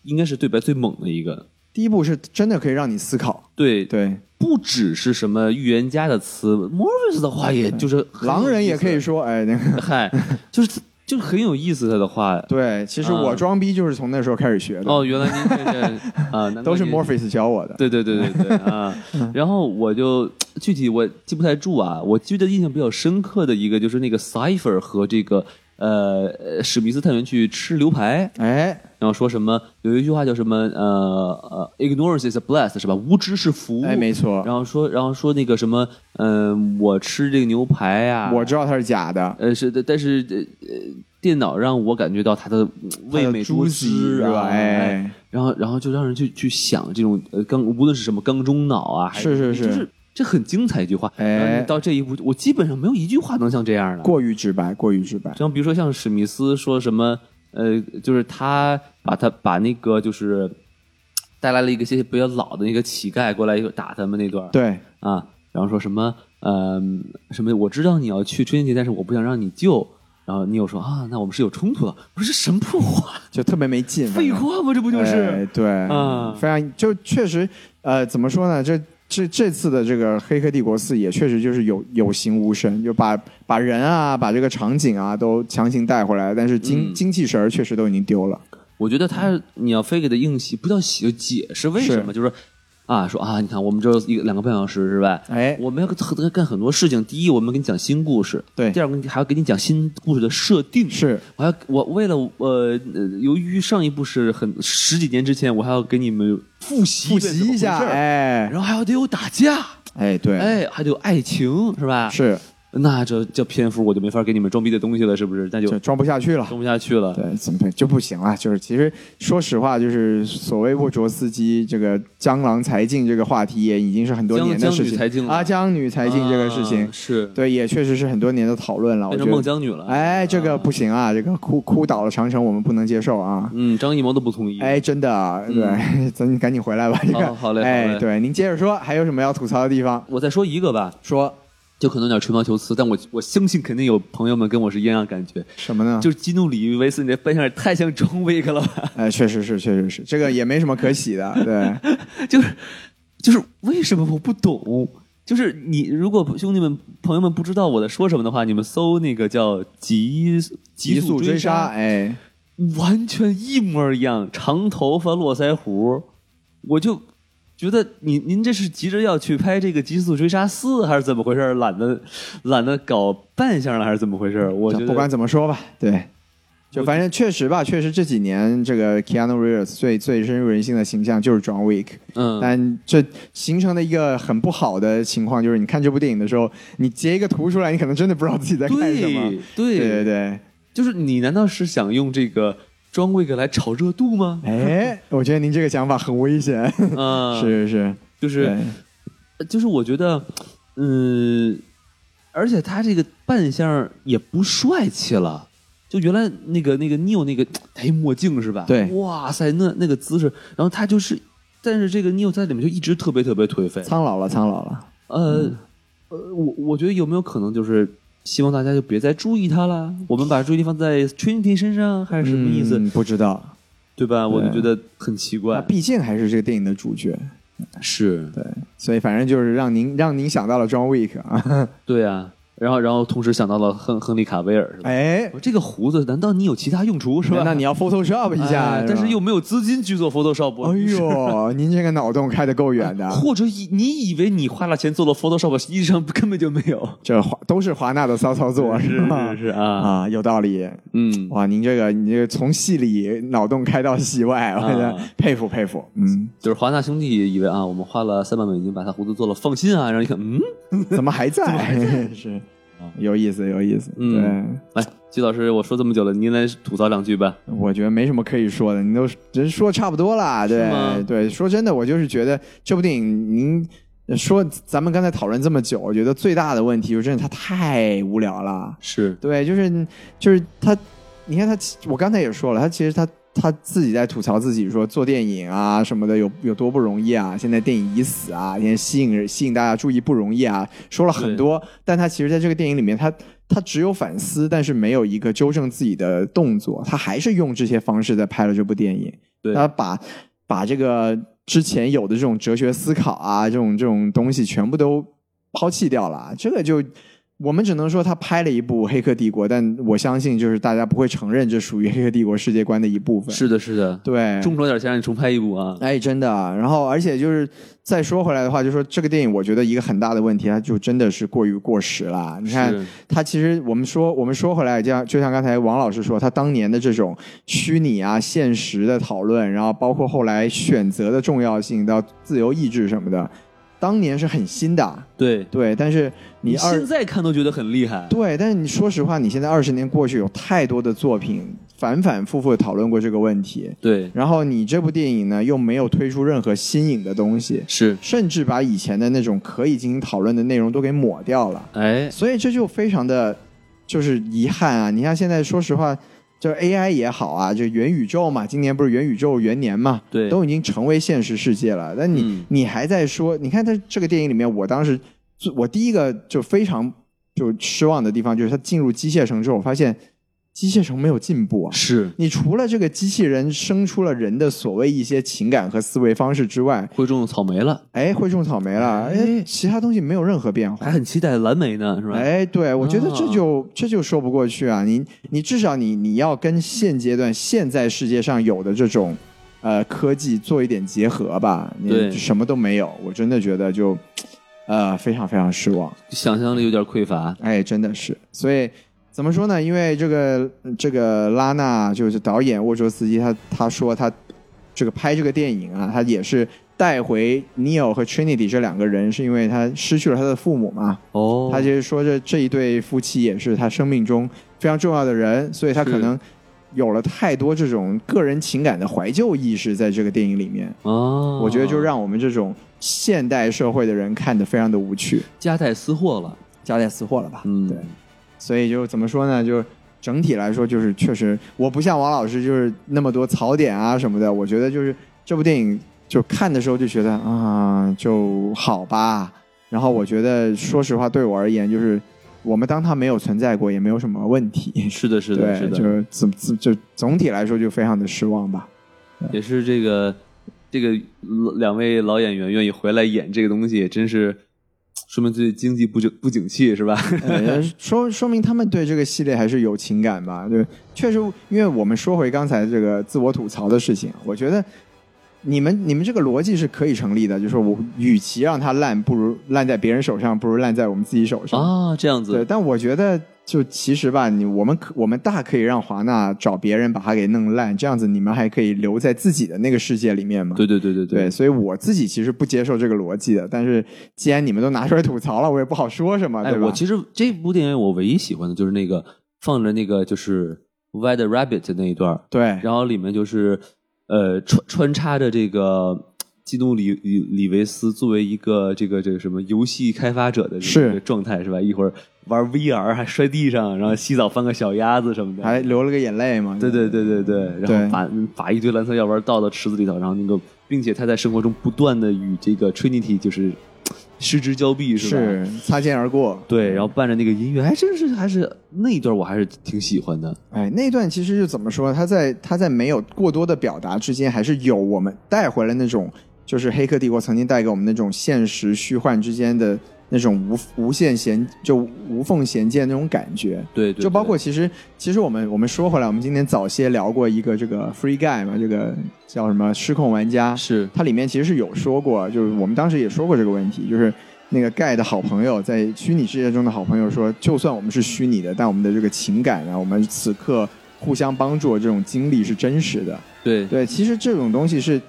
S2: 应该是对白最猛的一个。
S3: 第一部是真的可以让你思考，
S2: 对，
S3: 对，
S2: 不只是什么预言家的词，Morris 的话也就是很有
S3: 狼人
S2: 意思
S3: 也可以，说，哎，那个
S2: 嗨，就是就是很有意思他的话。
S3: 对，其实我
S2: 嗯
S3: 装逼就是从那时候开始学的，
S2: 哦，原来您这个啊，难怪
S3: 都是
S2: 您
S3: Morpheus 教我的。
S2: 对对对对对啊！然后我就具体我记不太住啊，我记得印象比较深刻的一个就是那个 Cipher 和这个呃呃史密斯探员去吃牛排，
S3: 哎，
S2: 然后说什么有一句话叫什么呃呃 ignorance is a bless 是吧？无知是福。
S3: 哎，没错，
S2: 然后说，然后说那个什么，嗯、我吃这个牛排啊，
S3: 我知道它是假的，
S2: 呃，是的，但是呃呃，电脑让我感觉到它的嗯味
S3: 它的
S2: 美
S3: 猪
S2: 多
S3: 汁
S2: 汁
S3: 是
S2: 啊，
S3: 吧哎，
S2: 然后然后就让人去去想这种呃刚无论是什么缸中脑啊，还
S3: 是是
S2: 就是是这很精彩一句话，
S3: 哎
S2: 然后你到这一步，我基本上没有一句话能像这样的，
S3: 过于直白，过于直白。
S2: 像比如说像史密斯说什么，呃，就是他把他把那个就是带来了一个些比较老的那个乞丐过来打他们那段，
S3: 对，
S2: 啊，然后说什么呃什么，我知道你要去春节，但是我不想让你救。然后你又说啊，那我们是有冲突的。我说这什么破话，
S3: 就特别没劲。
S2: 废话吗？这不就
S3: 哎
S2: 是？
S3: 对，
S2: 嗯
S3: 非常就确实，呃，怎么说呢？这这这次的这个《黑客帝国四》也确实就是有有形无声，就把把人啊，把这个场景啊都强行带回来，但是精、
S2: 嗯
S3: 精气神儿确实都已经丢了。
S2: 我觉得他你要非给他硬写，不叫写，解释为什么，就是啊，说啊，你看我们只有一个两个半小时是吧？
S3: 哎，
S2: 我们要干干很多事情。第一，我们给你讲新故事；
S3: 对
S2: 第二，我给你还要给你讲新故事的设定。
S3: 是
S2: 我还我为了呃，呃由于上一部是很十几年之前，我还要给你们复习
S3: 复
S2: 一遍
S3: 习一下，
S2: 怎么回事儿
S3: 哎
S2: 然后还要得有打架，
S3: 哎，对，
S2: 哎，还得有爱情，是吧？，
S3: 是
S2: 那这这篇幅我就没法给你们装逼的东西了，是不是？那就
S3: 就装不下去了。
S2: 装不下去了。
S3: 对，怎么就不行了？就是其实说实话，就是所谓沃卓斯基这个江郎才尽这个话题，也已经是很多
S2: 江
S3: 年的
S2: 江
S3: 事
S2: 女
S3: 情。
S2: 才尽了
S3: 啊，江女才尽这个事情，
S2: 啊是
S3: 对，也确实是很多年的讨论了。我
S2: 变
S3: 觉
S2: 成孟
S3: 得，
S2: 姜女了。
S3: 哎，这个
S2: 啊
S3: 不行啊，这个哭哭倒了长城，我们不能接受啊。
S2: 嗯，张艺谋都不同意。
S3: 哎，真的啊，对， 咱赶紧回来吧。这个，
S2: 好好嘞好
S3: 哎，
S2: 嘞
S3: 对，您接着说，还有什么要吐槽的地方？
S2: 我再说一个吧，
S3: 说
S2: 就可能有点吹毛求疵，但我我相信肯定有朋友们跟我是一样的感觉，
S3: 什么呢？
S2: 就是基努里维斯，你这扮相也太像 John Wick 了吧？
S3: 哎，确实是，确实是，这个也没什么可喜的。 对，
S2: 就是就是为什么我不懂？就是你如果兄弟们朋友们不知道我在说什么的话，你们搜那个叫极
S3: 极速
S2: 速
S3: 追
S2: 杀，
S3: 杀，哎，
S2: 完全一模一样，长头发络腮胡，我就觉得您您这是急着要去拍这个《极速追杀四》还是怎么回事？懒得懒得搞扮相了还是怎么回事？我觉得
S3: 不管怎么说吧，对，就反正确实吧，确实这几年这个 Keanu Reeves 最最深入人心的形象就是 John Wick，
S2: 嗯
S3: 但这形成的一个很不好的情况就是，你看这部电影的时候，你截一个图出来，你可能真的不知道自己在看什么
S2: 对。
S3: 对
S2: 对
S3: 对 对，
S2: 就是你难道是想用这个庄贵格来炒热度吗？
S3: 哎，我觉得您这个想法很危险。
S2: 啊，
S3: 是是是，
S2: 就是呃
S3: 对
S2: 就是我觉得，嗯，而且他这个扮相也不帅气了。就原来那个那个 Neo 那个戴墨镜是吧？
S3: 对
S2: 哇塞，那那个姿势，然后他就是，但是这个 Neo 在里面就一直特别特别颓废。
S3: 苍老了，苍老了。
S2: 呃、
S3: 嗯
S2: 呃，我我觉得有没有可能就是希望大家就别再注意他了，我们把注意力放在 Trinity 身上，还是什么意思？
S3: 嗯不知道。
S2: 对吧？我就觉
S3: 对
S2: 得很奇
S3: 那
S2: 怪。
S3: 毕竟还是这个电影的主角，
S2: 是，
S3: 对，所以反正就是让您让您想到了 John Wick 啊。
S2: 对啊。然后然后同时想到了亨亨利卡维尔是吧？
S3: 哎，
S2: 我这个胡子，难道你有其他用处是吧？
S3: 那你要 Photoshop 一下，
S2: 哎
S3: 吧
S2: 但是又没有资金去做 Photoshop。
S3: 哎呦，您这个脑洞开得够 远的，
S2: 或者以你以为你花了钱做了 Photoshop，实际上根本就没 有。
S3: 这华都是华纳的骚操作，
S2: 是
S3: 吧？
S2: 是是啊，
S3: 啊，有道理。
S2: 嗯，
S3: 哇，您这个你这个从戏里脑洞开到戏外，我觉得
S2: 啊
S3: 佩服佩服。 嗯，
S2: 就是华纳兄弟以为啊，我们花了三百美金把他胡子做了，放心啊，让你看，嗯，
S3: 怎么还在？是啊有意思，有意思。
S2: 嗯来，季老师，我说这么久了，您来吐槽两句吧。
S3: 对，我觉得没什么可以说的，你都人说差不多啦。
S2: 是吗
S3: 对对，说真的，我就是觉得这部电影，您说咱们刚才讨论这么久，我觉得最大的问题就是真的它太无聊了。
S2: 是，
S3: 对，就是就是他，你看他其，我刚才也说了，他其实他他自己在吐槽自己说做电影啊什么的有有多不容易啊，现在电影已死啊，现在吸引人吸引大家注意不容易啊，说了很多，但他其实在这个电影里面，他他只有反思，但是没有一个纠正自己的动作，他还是用这些方式在拍了这部电影，
S2: 对
S3: 他把把这个之前有的这种哲学思考啊，这种这种东西全部都抛弃掉了，啊这个就。我们只能说他拍了一部《黑客帝国》，但我相信就是大家不会承认这属于《黑客帝国》世界观的一部分。，
S2: 是的，是的，
S3: 对，
S2: 众筹点钱让你重拍一部啊。
S3: 哎，真的。然后，而且就是再说回来的话，就说这个电影，我觉得一个很大的问题，它就真的是过于过时了。啊你看
S2: 是，
S3: 它其实我们说，我们说回来，就像就像刚才王老师说，他当年的这种虚拟啊、现实的讨论，然后包括后来选择的重要性到自由意志什么的，当年是很新的。
S2: 对，
S3: 对，但是你二
S2: 现在看都觉得很厉害。
S3: 对，但是你说实话，你现在二十年过去，有太多的作品反反复复的讨论过这个问题，
S2: 对，
S3: 然后你这部电影呢又没有推出任何新颖的东西，
S2: 是，
S3: 甚至把以前的那种可以进行讨论的内容都给抹掉了，
S2: 哎，
S3: 所以这就非常的就是遗憾啊！你看现在，说实话。就是 AI 也好啊，就元宇宙嘛，今年不是元宇宙元年嘛，
S2: 对
S3: 都已经成为现实世界了。但你、
S2: 嗯
S3: 你还在说，你看他这个电影里面，我当时最我第一个就非常就失望的地方，就是他进入机械城之后，我发现机械城没有进步啊。
S2: 是
S3: 你除了这个机器人生出了人的所谓一些情感和思维方式之外，
S2: 会种草莓了，
S3: 哎，会种草莓了，
S2: 嗯
S3: 哎，其他东西没有任何变化
S2: 还。很期待蓝莓呢，是吧？
S3: 哎，对，我觉得这
S2: 啊
S3: 就、这就说不过去啊！你你至少你你要跟现阶段现在世界上有的这种呃科技做一点结合吧，
S2: 对
S3: 你什么都没有，我真的觉得就呃非常非常失望。
S2: 想象力有点匮乏。
S3: 哎，真的是，所以怎么说呢？因为这个这个拉娜就是导演沃卓斯基他，他说他这个拍这个电影啊，他也是带回 Neo 和 Trinity 这两个人，是因为他失去了他的父母嘛。
S2: 哦
S3: 他就是说这这一对夫妻也是他生命中非常重要的人，所以他
S2: 是
S3: 可能有了太多这种个人情感的怀旧意识在这个电影里面。
S2: 哦，
S3: 我觉得就让我们这种现代社会的人看得非常的无趣，
S2: 夹带私货了。
S3: 夹带私货了吧？
S2: 嗯，
S3: 对。所以就怎么说呢？就整体来说，就是确实，我不像王老师，就是那么多槽点啊什么的。我觉得就是这部电影，就看的时候就觉得啊、就好吧。然后我觉得，说实话，对我而言，就是我们当它没有存在过，也没有什么问题。
S2: 是的，是的，
S3: 对
S2: 是，的，
S3: 就是总总就总体来说就非常的失望吧。
S2: 也是这个这个老两位老演员愿意回来演这个东西，真是说明自己经济不景不景气是 吧？
S3: 呃，说说明他们对这个系列还是有情感吧？对，确实，因为我们说回刚才这个自我吐槽的事情，我觉得你们你们这个逻辑是可以成立的，就是我与其让它烂，不如烂在别人手上，不如烂在我们自己手上。
S2: 啊，这样
S3: 对，
S2: 子，
S3: 但我觉得就其实吧，你我们可我们大可以让华纳找别人把它给弄烂，这样子你们还可以留在自己的那个世界里面嘛。
S2: 对对对对
S3: 对，，所以我自己其实不接受这个逻辑的，但是既然你们都拿出来吐槽了，我也不好说什么，
S2: 哎，
S3: 对吧？
S2: 我其实这部电影我唯一喜欢的就是那个放着那个就是 White Rabbit 的那一段儿，
S3: 对，
S2: 然后里面就是呃穿穿插着这个。基努里里里维斯作为一个这个这个什么游戏开发者的这
S3: 是
S2: 个状态是吧？一会儿玩 VR 还摔地上，然后洗澡翻个小鸭子什么的，
S3: 还流了个眼泪嘛。
S2: 对对对对对，然后
S3: 对
S2: 把把一堆蓝色药丸倒到池子里头，然后那个，并且他在生活中不断的与这个 Trinity 就是失之交臂，是吧？
S3: 是擦肩而过。
S2: 对，然后伴着那个音乐，还真是还是那一段我还是挺喜欢的。
S3: 哎，那段其实就怎么说？他在他在没有过多的表达之间，还是有我们带回来那种，就是《黑客帝国》曾经带给我们那种现实虚幻之间的那种无无限衔，就无缝衔接那种感觉。
S2: 对，对
S3: 就包括
S2: 对
S3: 其实其实我们我们说回来，我们今天早些聊过一个这个 Free Guy 嘛，这个叫什么失控玩家，
S2: 是
S3: 它里面其实是有说过，就是我们当时也说过这个问题，就是那个盖的好朋友在虚拟世界中的好朋友说，就算我们是虚拟的，但我们的这个情感啊，我们此刻互相帮助的这种经历是真实的。
S2: 对
S3: 对，其实这种东西是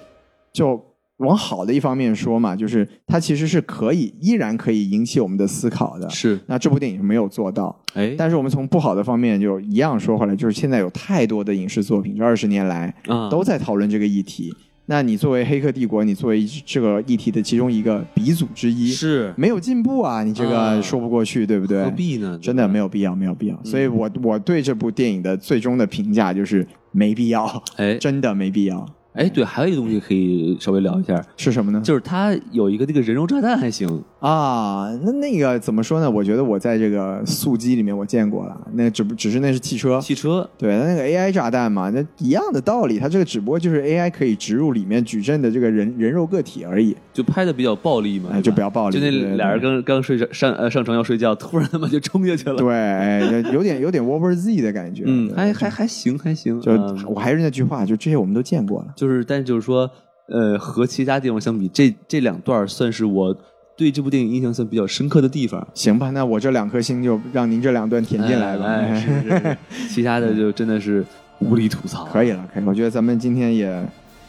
S3: 就往好的一方面说嘛，就是它其实是可以依然可以引起我们的思考的。
S2: 是，
S3: 那这部电影没有做到，
S2: 哎，
S3: 但是我们从不好的方面就一样说回来，就是现在有太多的影视作品，这二十年来
S2: 啊
S3: 都在讨论这个议题。那你作为《黑客帝国》，你作为这个议题的其中一个鼻祖之一，
S2: 是
S3: 没有进步啊，你这
S2: 啊
S3: 个说不过去，对不对？
S2: 何必呢？嗯
S3: 真的没有必要，没有必要。所以我我对这部电影的最终的评价就是没必要，
S2: 哎
S3: 真的没必要。
S2: 哎，对，还有一个东西可以稍微聊一下，
S3: 是什么呢？
S2: 就是它有一个那个人肉炸弹还行，
S3: 啊，那那个怎么说呢？我觉得我在这个速激里面我见过了，那只不只是那是汽车，
S2: 汽车
S3: 对，那个 AI 炸弹嘛，那一样的道理，它这个只不过就是 AI 可以植入里面矩阵的这个人人肉个体而已，
S2: 就拍的比较暴力嘛，
S3: 哎，就不要暴力，
S2: 就那
S3: 对对
S2: 俩人
S3: 对
S2: 刚刚睡着上呃上床要睡觉，突然他妈就冲下去了，
S3: 对，哎，就有 点有点 w o b e r Z 的感觉，
S2: 嗯，
S3: 对
S2: 还还还行还行，
S3: 就
S2: 嗯
S3: 我还是那句话，就这些我们都见过了，
S2: 就是，但是就是说，呃，和其他地方相比，这这两段儿算是我对这部电影印象算比较深刻的地方。
S3: 行吧，那我这两颗星就让您这两段填进来吧，
S2: 哎，哎是是是， 其他的就真的是无力吐槽。
S3: 可以了，可以，我觉得咱们今天也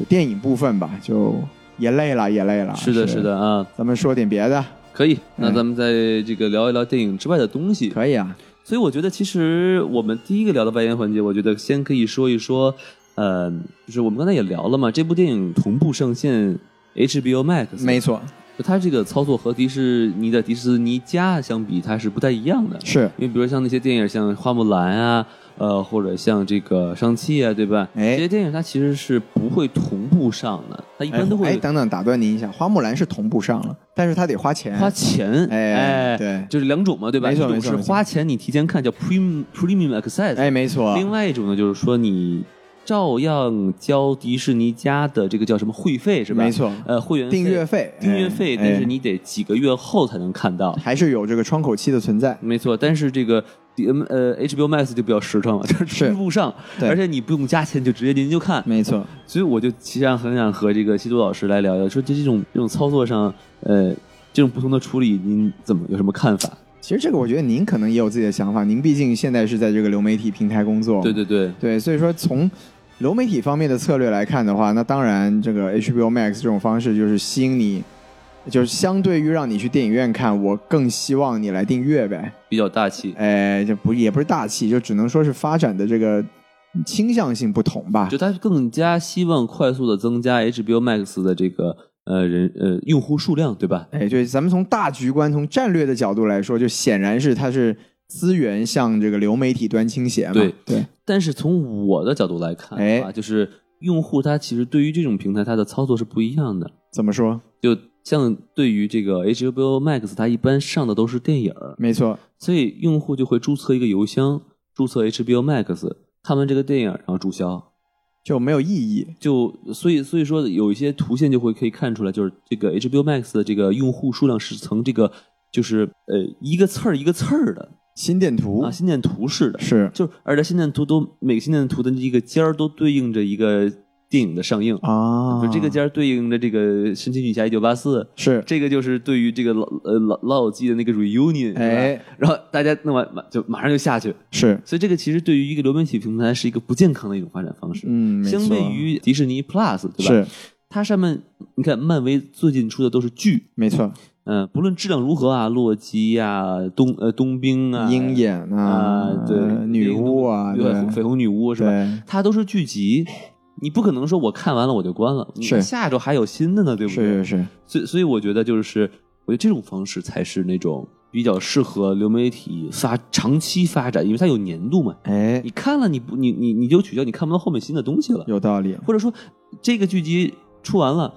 S3: 电影部分吧，就也累了，也累了，
S2: 是的，是，的啊，
S3: 咱们说点别的，
S2: 可以。那
S3: 嗯
S2: 咱们在这个聊一聊电影之外的东西。
S3: 可以啊，
S2: 所以我觉得，其实我们第一个聊的外延环节，我觉得先可以说一说，呃，就是我们刚才也聊了嘛，这部电影同步上线 HBO Max，
S3: 没，错，
S2: 它这个操作和迪士尼的迪士尼家相比，它是不太一样的。
S3: 是，
S2: 因为比如像那些电影，像《花木兰》啊，呃，或者像这个《上汽》啊，对吧？
S3: 哎
S2: 这些电影它其实是不会同步上的，它一
S3: 哎
S2: 般都
S3: 哎，
S2: 会
S3: 等等，打断您一下，花木兰是同步上了，但是他得花钱，
S2: 花钱，
S3: 哎对
S2: 就是两种嘛，对吧？一
S3: 没错
S2: 种
S3: 没错
S2: 是
S3: 没错
S2: 花钱你提前看叫 premium premium access，
S3: 哎，没错，
S2: 另外一种呢就是说你照样交迪士尼家的这个叫什么会费是吧？
S3: 没，错，
S2: 呃，会员费
S3: 订阅费，
S2: 订阅费，
S3: 哎
S2: 但是你得几个月后才能看到
S3: 哎。还是有这个窗口期的存在，
S2: 没错，但是这个 D- 嗯呃 HBO Max 就比较实诚了，就是
S3: 是
S2: 同步上，
S3: 对
S2: 而且你不用加钱就直接您就看。
S3: 没错，
S2: 所以我就其实很想和这个西多老师来聊聊，说这这种这种操作上，呃，这种不同的处理，您怎么有什么看法？
S3: 其实这个我觉得您可能也有自己的想法，您毕竟现在是在这个流媒体平台工作，
S2: 对对对，
S3: 对，所以说从流媒体方面的策略来看的话，那当然这个 HBO Max 这种方式就是吸引你，就是相对于让你去电影院看，我更希望你来订阅呗。
S2: 比较大气，
S3: 哎，这不也不是大气，就只能说是发展的这个倾向性不同吧
S2: 就。他更加希望快速的增加 HBO Max 的这个呃人呃用户数量，对吧？
S3: 哎，对，咱们从大局观、从战略的角度来说，就显然是它是资源向这个流媒体端倾斜嘛。
S2: 对
S3: 对，
S2: 但是从我的角度来看
S3: 哎
S2: 啊，就是用户他其实对于这种平台他的操作是不一样的。
S3: 怎么说？
S2: 就像对于这个 HBO Max，它一般上的都是电影儿，
S3: 没错，
S2: 所以用户就会注册一个邮箱，注册 HBO Max，看完这个电影儿然后注销。
S3: 就没有意义。
S2: 就所以所以说有一些图线就会可以看出来，就是这个 HBO Max 的这个用户数量是从这个就是呃一个刺儿一个刺儿的
S3: 心电图、
S2: 啊心电图似的，
S3: 是
S2: 就而且心电图都每个心电图的这个尖儿都对应着一个电影的上映，
S3: 啊，
S2: 就这个尖儿对应着这个《神奇女侠一九八四》，
S3: 是
S2: 这个就是对于这个老呃老老友记的那个 reunion，是吧
S3: 哎，
S2: 然后大家弄完马就马上就下去，
S3: 是
S2: 所以这个其实对于一个流媒体平台是一个不健康的一种发展方式。
S3: 嗯，没
S2: 相
S3: 错
S2: 对于迪士尼 Plus，对吧？
S3: 是
S2: 它上面你看，漫威最近出的都是剧，
S3: 没错，
S2: 嗯、不论质量如何啊，洛基呀、冬呃冬兵啊、
S3: 鹰眼
S2: 啊，对，
S3: 女巫啊，
S2: 对，绯
S3: 对，
S2: 红女巫是吧？
S3: 对
S2: 它都是剧集，你不可能说我看完了我就关了，你
S3: 是
S2: 下周还有新的呢，对不对？
S3: 是是是，
S2: 所以所以我觉得就是，我觉得这种方式才是那种比较适合流媒体发长期发展，因为它有年度嘛。
S3: 哎
S2: 你，看了你不你你你就取消，你看不到后面新的东西了。
S3: 有道理，
S2: 或者说这个剧集出完了，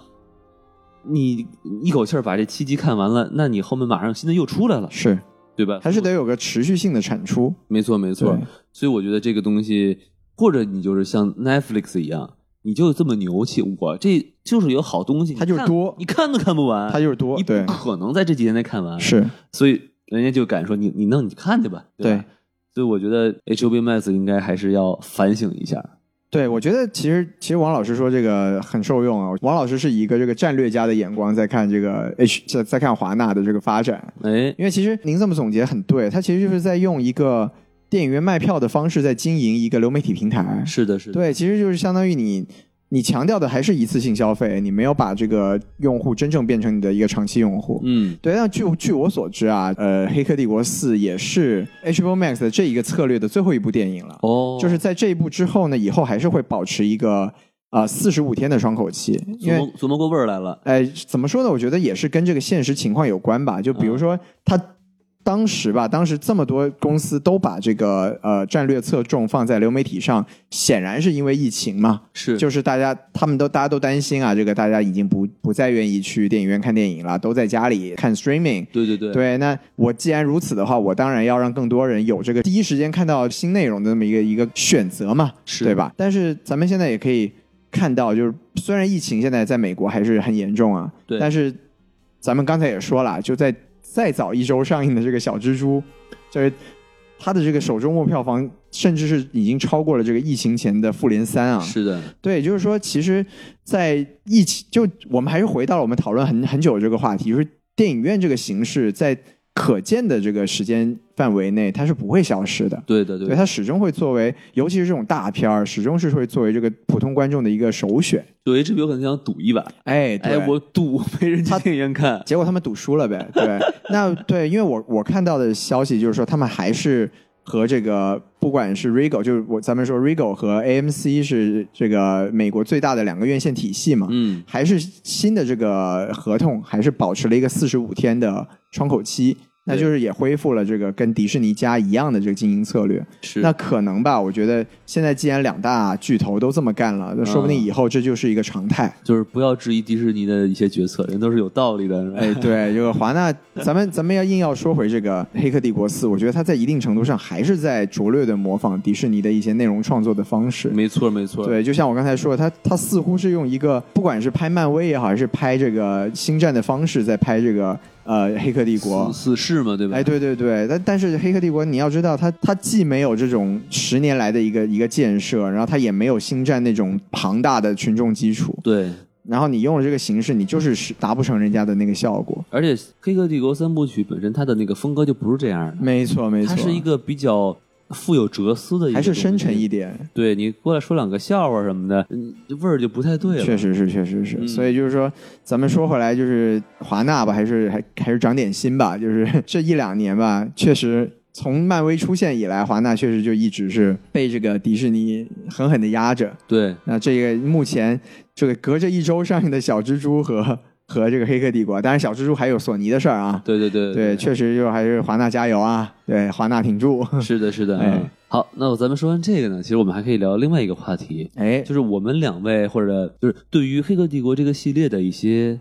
S2: 你一口气儿把这七集看完了，那你后面马上新的又出来了，
S3: 是
S2: 对吧？
S3: 还是得有个持续性的产出，
S2: 没错没错
S3: 对。
S2: 所以我觉得这个东西，或者你就是像 Netflix 一样。你就这么牛气，我这就是有好东西，
S3: 它就是
S2: 你看
S3: 多
S2: 你看都看不完，
S3: 它就是多，
S2: 你不
S3: 对，
S2: 可能在这几天内看完，
S3: 是
S2: 所以人家就敢说你你弄你看去吧，对吧
S3: 对。
S2: 所以我觉得 HBO Max 应该还是要反省一下，
S3: 对，我觉得其实其实王老师说这个很受用啊，王老师是以一个这个战略家的眼光在看这个 H 在在看华纳的这个发展，
S2: 哎，
S3: 因为其实您这么总结很对，它其实就是在用一个电影院卖票的方式在经营一个流媒体平台，
S2: 是的，是的，
S3: 对，其实就是相当于你你强调的还是一次性消费，你没有把这个用户真正变成你的一个长期用户。
S2: 嗯，
S3: 对，但据据我所知啊，呃，《黑客帝国四》也是 HBO Max 的这一个策略的最后一部电影了。
S2: 哦，
S3: 就是在这一部之后呢，以后还是会保持一个啊四十五天的窗口期，因
S2: 琢
S3: 为
S2: 磨琢磨过味儿来了，
S3: 呃，怎么说呢？我觉得也是跟这个现实情况有关吧。就比如说，他当时吧，当时这么多公司都把这个呃战略侧重放在流媒体上，显然是因为疫情嘛，
S2: 是
S3: 就是大家他们都大家都担心啊，这个大家已经不不再愿意去电影院看电影了，都在家里看 streaming。
S2: 对对对，
S3: 对，那我既然如此的话，我当然要让更多人有这个第一时间看到新内容的这么一个一个选择嘛，
S2: 是
S3: 对吧？但是咱们现在也可以看到，就是虽然疫情现在在美国还是很严重啊，
S2: 对
S3: 但是咱们刚才也说了，就在再早一周上映的这个小蜘蛛，就是它的这个首周末票房甚至是已经超过了这个疫情前的复联三啊，
S2: 是的，
S3: 对，就是说，其实，在疫情，就我们还是回到了我们讨论很很久的这个话题，就是电影院这个形式在可见的这个时间范围内，它是不会消失的。
S2: 对的，
S3: 对，
S2: 对，
S3: 它始终会作为，尤其是这种大片儿，始终是会作为这个普通观众的一个首选。
S2: 有 HBO 可能想赌一把，
S3: 哎，对
S2: 哎，我赌没人去
S3: 他
S2: 电影院看，
S3: 结果他们赌输了呗。对，那对，因为我我看到的消息就是说，他们还是和这个不管是 Regal，就是我咱们说 Regal 和 AMC 是这个美国最大的两个院线体系嘛。
S2: 嗯，
S3: 还是新的这个合同还是保持了一个四十五天的窗口期，那就是也恢复了这个跟迪士尼家一样的这个经营策略。
S2: 是
S3: 那可能吧，我觉得现在既然两大巨头都这么干了，那说不定以后这就是一个常态。
S2: 就是不要质疑迪士尼的一些决策，人都是有道理的。
S3: 哎，
S2: 哎，
S3: 对，这个华纳， 咱们咱们要硬要说回这个《黑客帝国四》，我觉得它在一定程度上还是在拙劣的模仿迪士尼的一些内容创作的方式。
S2: 没错没错，
S3: 对，就像我刚才说的，他他似乎是用一个不管是拍漫威也好，还是拍这个星战的方式，在拍这个呃《黑客帝国
S2: 死，》。死侍嘛，对吧？
S3: 哎，对对对，但但是《黑客帝国》，你要知道，它它既没有这种十年来的一个一个建设，然后它也没有星战那种庞大的群众基础，
S2: 对
S3: 然后你用了这个形式，你就是是达不成人家的那个效果。
S2: 而且《黑客帝国》三部曲本身它的那个风格就不是这样的，
S3: 没错，没错，
S2: 它是一个比较富有哲思的一个
S3: 还
S2: 东西，
S3: 是深沉一点。
S2: 对你过来说两个笑话什么的，嗯，味儿就不太对了。
S3: 确实是，确实是。
S2: 嗯
S3: 所以就是说，咱们说回来，就是华纳吧，还是还还是长点心吧。就是 这一两年吧，确实从漫威出现以来，华纳确实就一直是被这个迪士尼狠狠的压着。
S2: 对，
S3: 那这个目前这个隔着一周上映的小蜘蛛和和这个黑客帝国，当然小蜘蛛还有索尼的事儿啊。
S2: 对对对
S3: 对，确实就还是华纳加油啊！对，华纳挺住。
S2: 是的，是的。
S3: 哎
S2: 嗯好，那我咱们说完这个呢，其实我们还可以聊另外一个话题，
S3: 哎，
S2: 就是我们两位或者就是对于《黑客帝国》这个系列的一些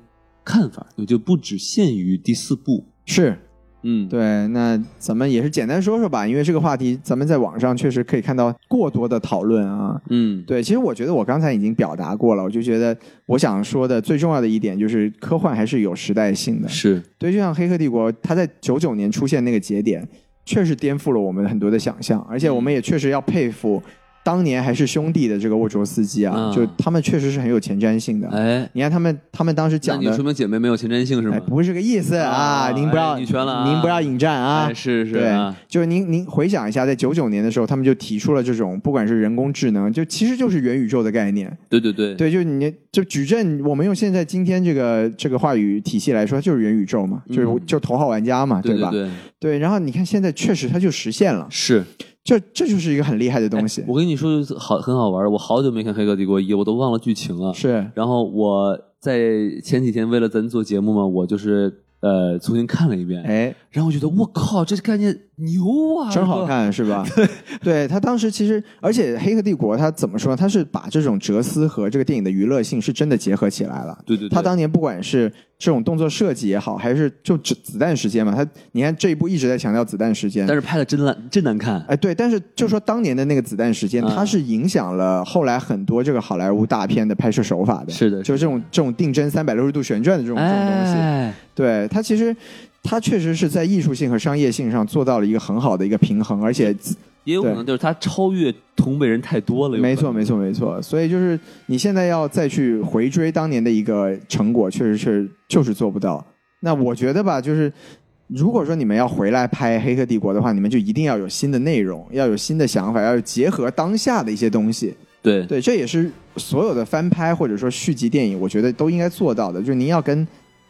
S2: 看法，就不只限于第四部。
S3: 是
S2: 嗯，
S3: 对，那咱们也是简单说说吧，因为这个话题咱们在网上确实可以看到过多的讨论啊。
S2: 嗯，
S3: 对，其实我觉得我刚才已经表达过了，我就觉得我想说的最重要的一点就是科幻还是有时代性的。
S2: 是，
S3: 对，就像《黑客帝国》，它在九九年出现那个节点，确实颠覆了我们很多的想象，而且我们
S2: 嗯
S3: 也确实要佩服当年还是兄弟的这个沃卓斯基啊，
S2: 嗯
S3: 就他们确实是很有前瞻性的。
S2: 哎，
S3: 你看他们，他们当时
S2: 那
S3: 讲
S2: 你
S3: 的
S2: 说。明姐妹没有前瞻性是
S3: 哎，
S2: 吗？
S3: 不是这个意思啊！
S2: 啊
S3: 您不要，
S2: 哎女权了啊
S3: 您不要引战啊！
S2: 哎是是
S3: 对，
S2: 啊，
S3: 就是您您回想一下，在九九年的时候，他们就提出了这种不管是人工智能，就其实就是元宇宙的概念。
S2: 对对对，
S3: 对，就你就矩阵，我们用现在今天这个这个话语体系来说，它就是元宇宙嘛，就是、
S2: 嗯
S3: 就头号玩家嘛，
S2: 对
S3: 吧？
S2: 对，
S3: 对然后你看现在确实它就实现了，
S2: 是
S3: 这这就是一个很厉害的东西。
S2: 哎我跟你说好很好玩儿，我好久没看《黑客帝国一》，我都忘了剧情了。
S3: 是
S2: 然后我在前几天为了咱做节目嘛，我就是呃重新看了一遍，
S3: 哎，
S2: 然后我觉得我靠，这概念牛啊，
S3: 真好看是吧？ 对他当时其实，而且《黑客帝国》它怎么说？它是把这种哲思和这个电影的娱乐性是真的结合起来了。
S2: 这个！对对对，
S3: 他当年不管是这种动作设计也好，还是就子子弹时间嘛，他你看这一部一直在强调子弹时间，
S2: 但是拍的真难，真难看。
S3: 哎，对，但是就说当年的那个子弹时间，
S2: 嗯
S3: 它是影响了后来很多这个好莱坞大片的拍摄手法的。
S2: 是的
S3: 就是这种这种定帧三百六十度旋转的这种这种东西。
S2: 哎，
S3: 对，它其实它确实是在艺术性和商业性上做到了一个很好的一个平衡，而且
S2: 也有可
S3: 对
S2: 能就是它超越同辈人太多了。有可能
S3: 没错，没错，没错。所以就是你现在要再去回追当年的一个成果，确实是就是做不到。那我觉得吧，就是如果说你们要回来拍《黑客帝国》的话，你们就一定要有新的内容，要有新的想法，要结合当下的一些东西。
S2: 对
S3: 对，这也是所有的翻拍或者说续集电影，我觉得都应该做到的，就是您要跟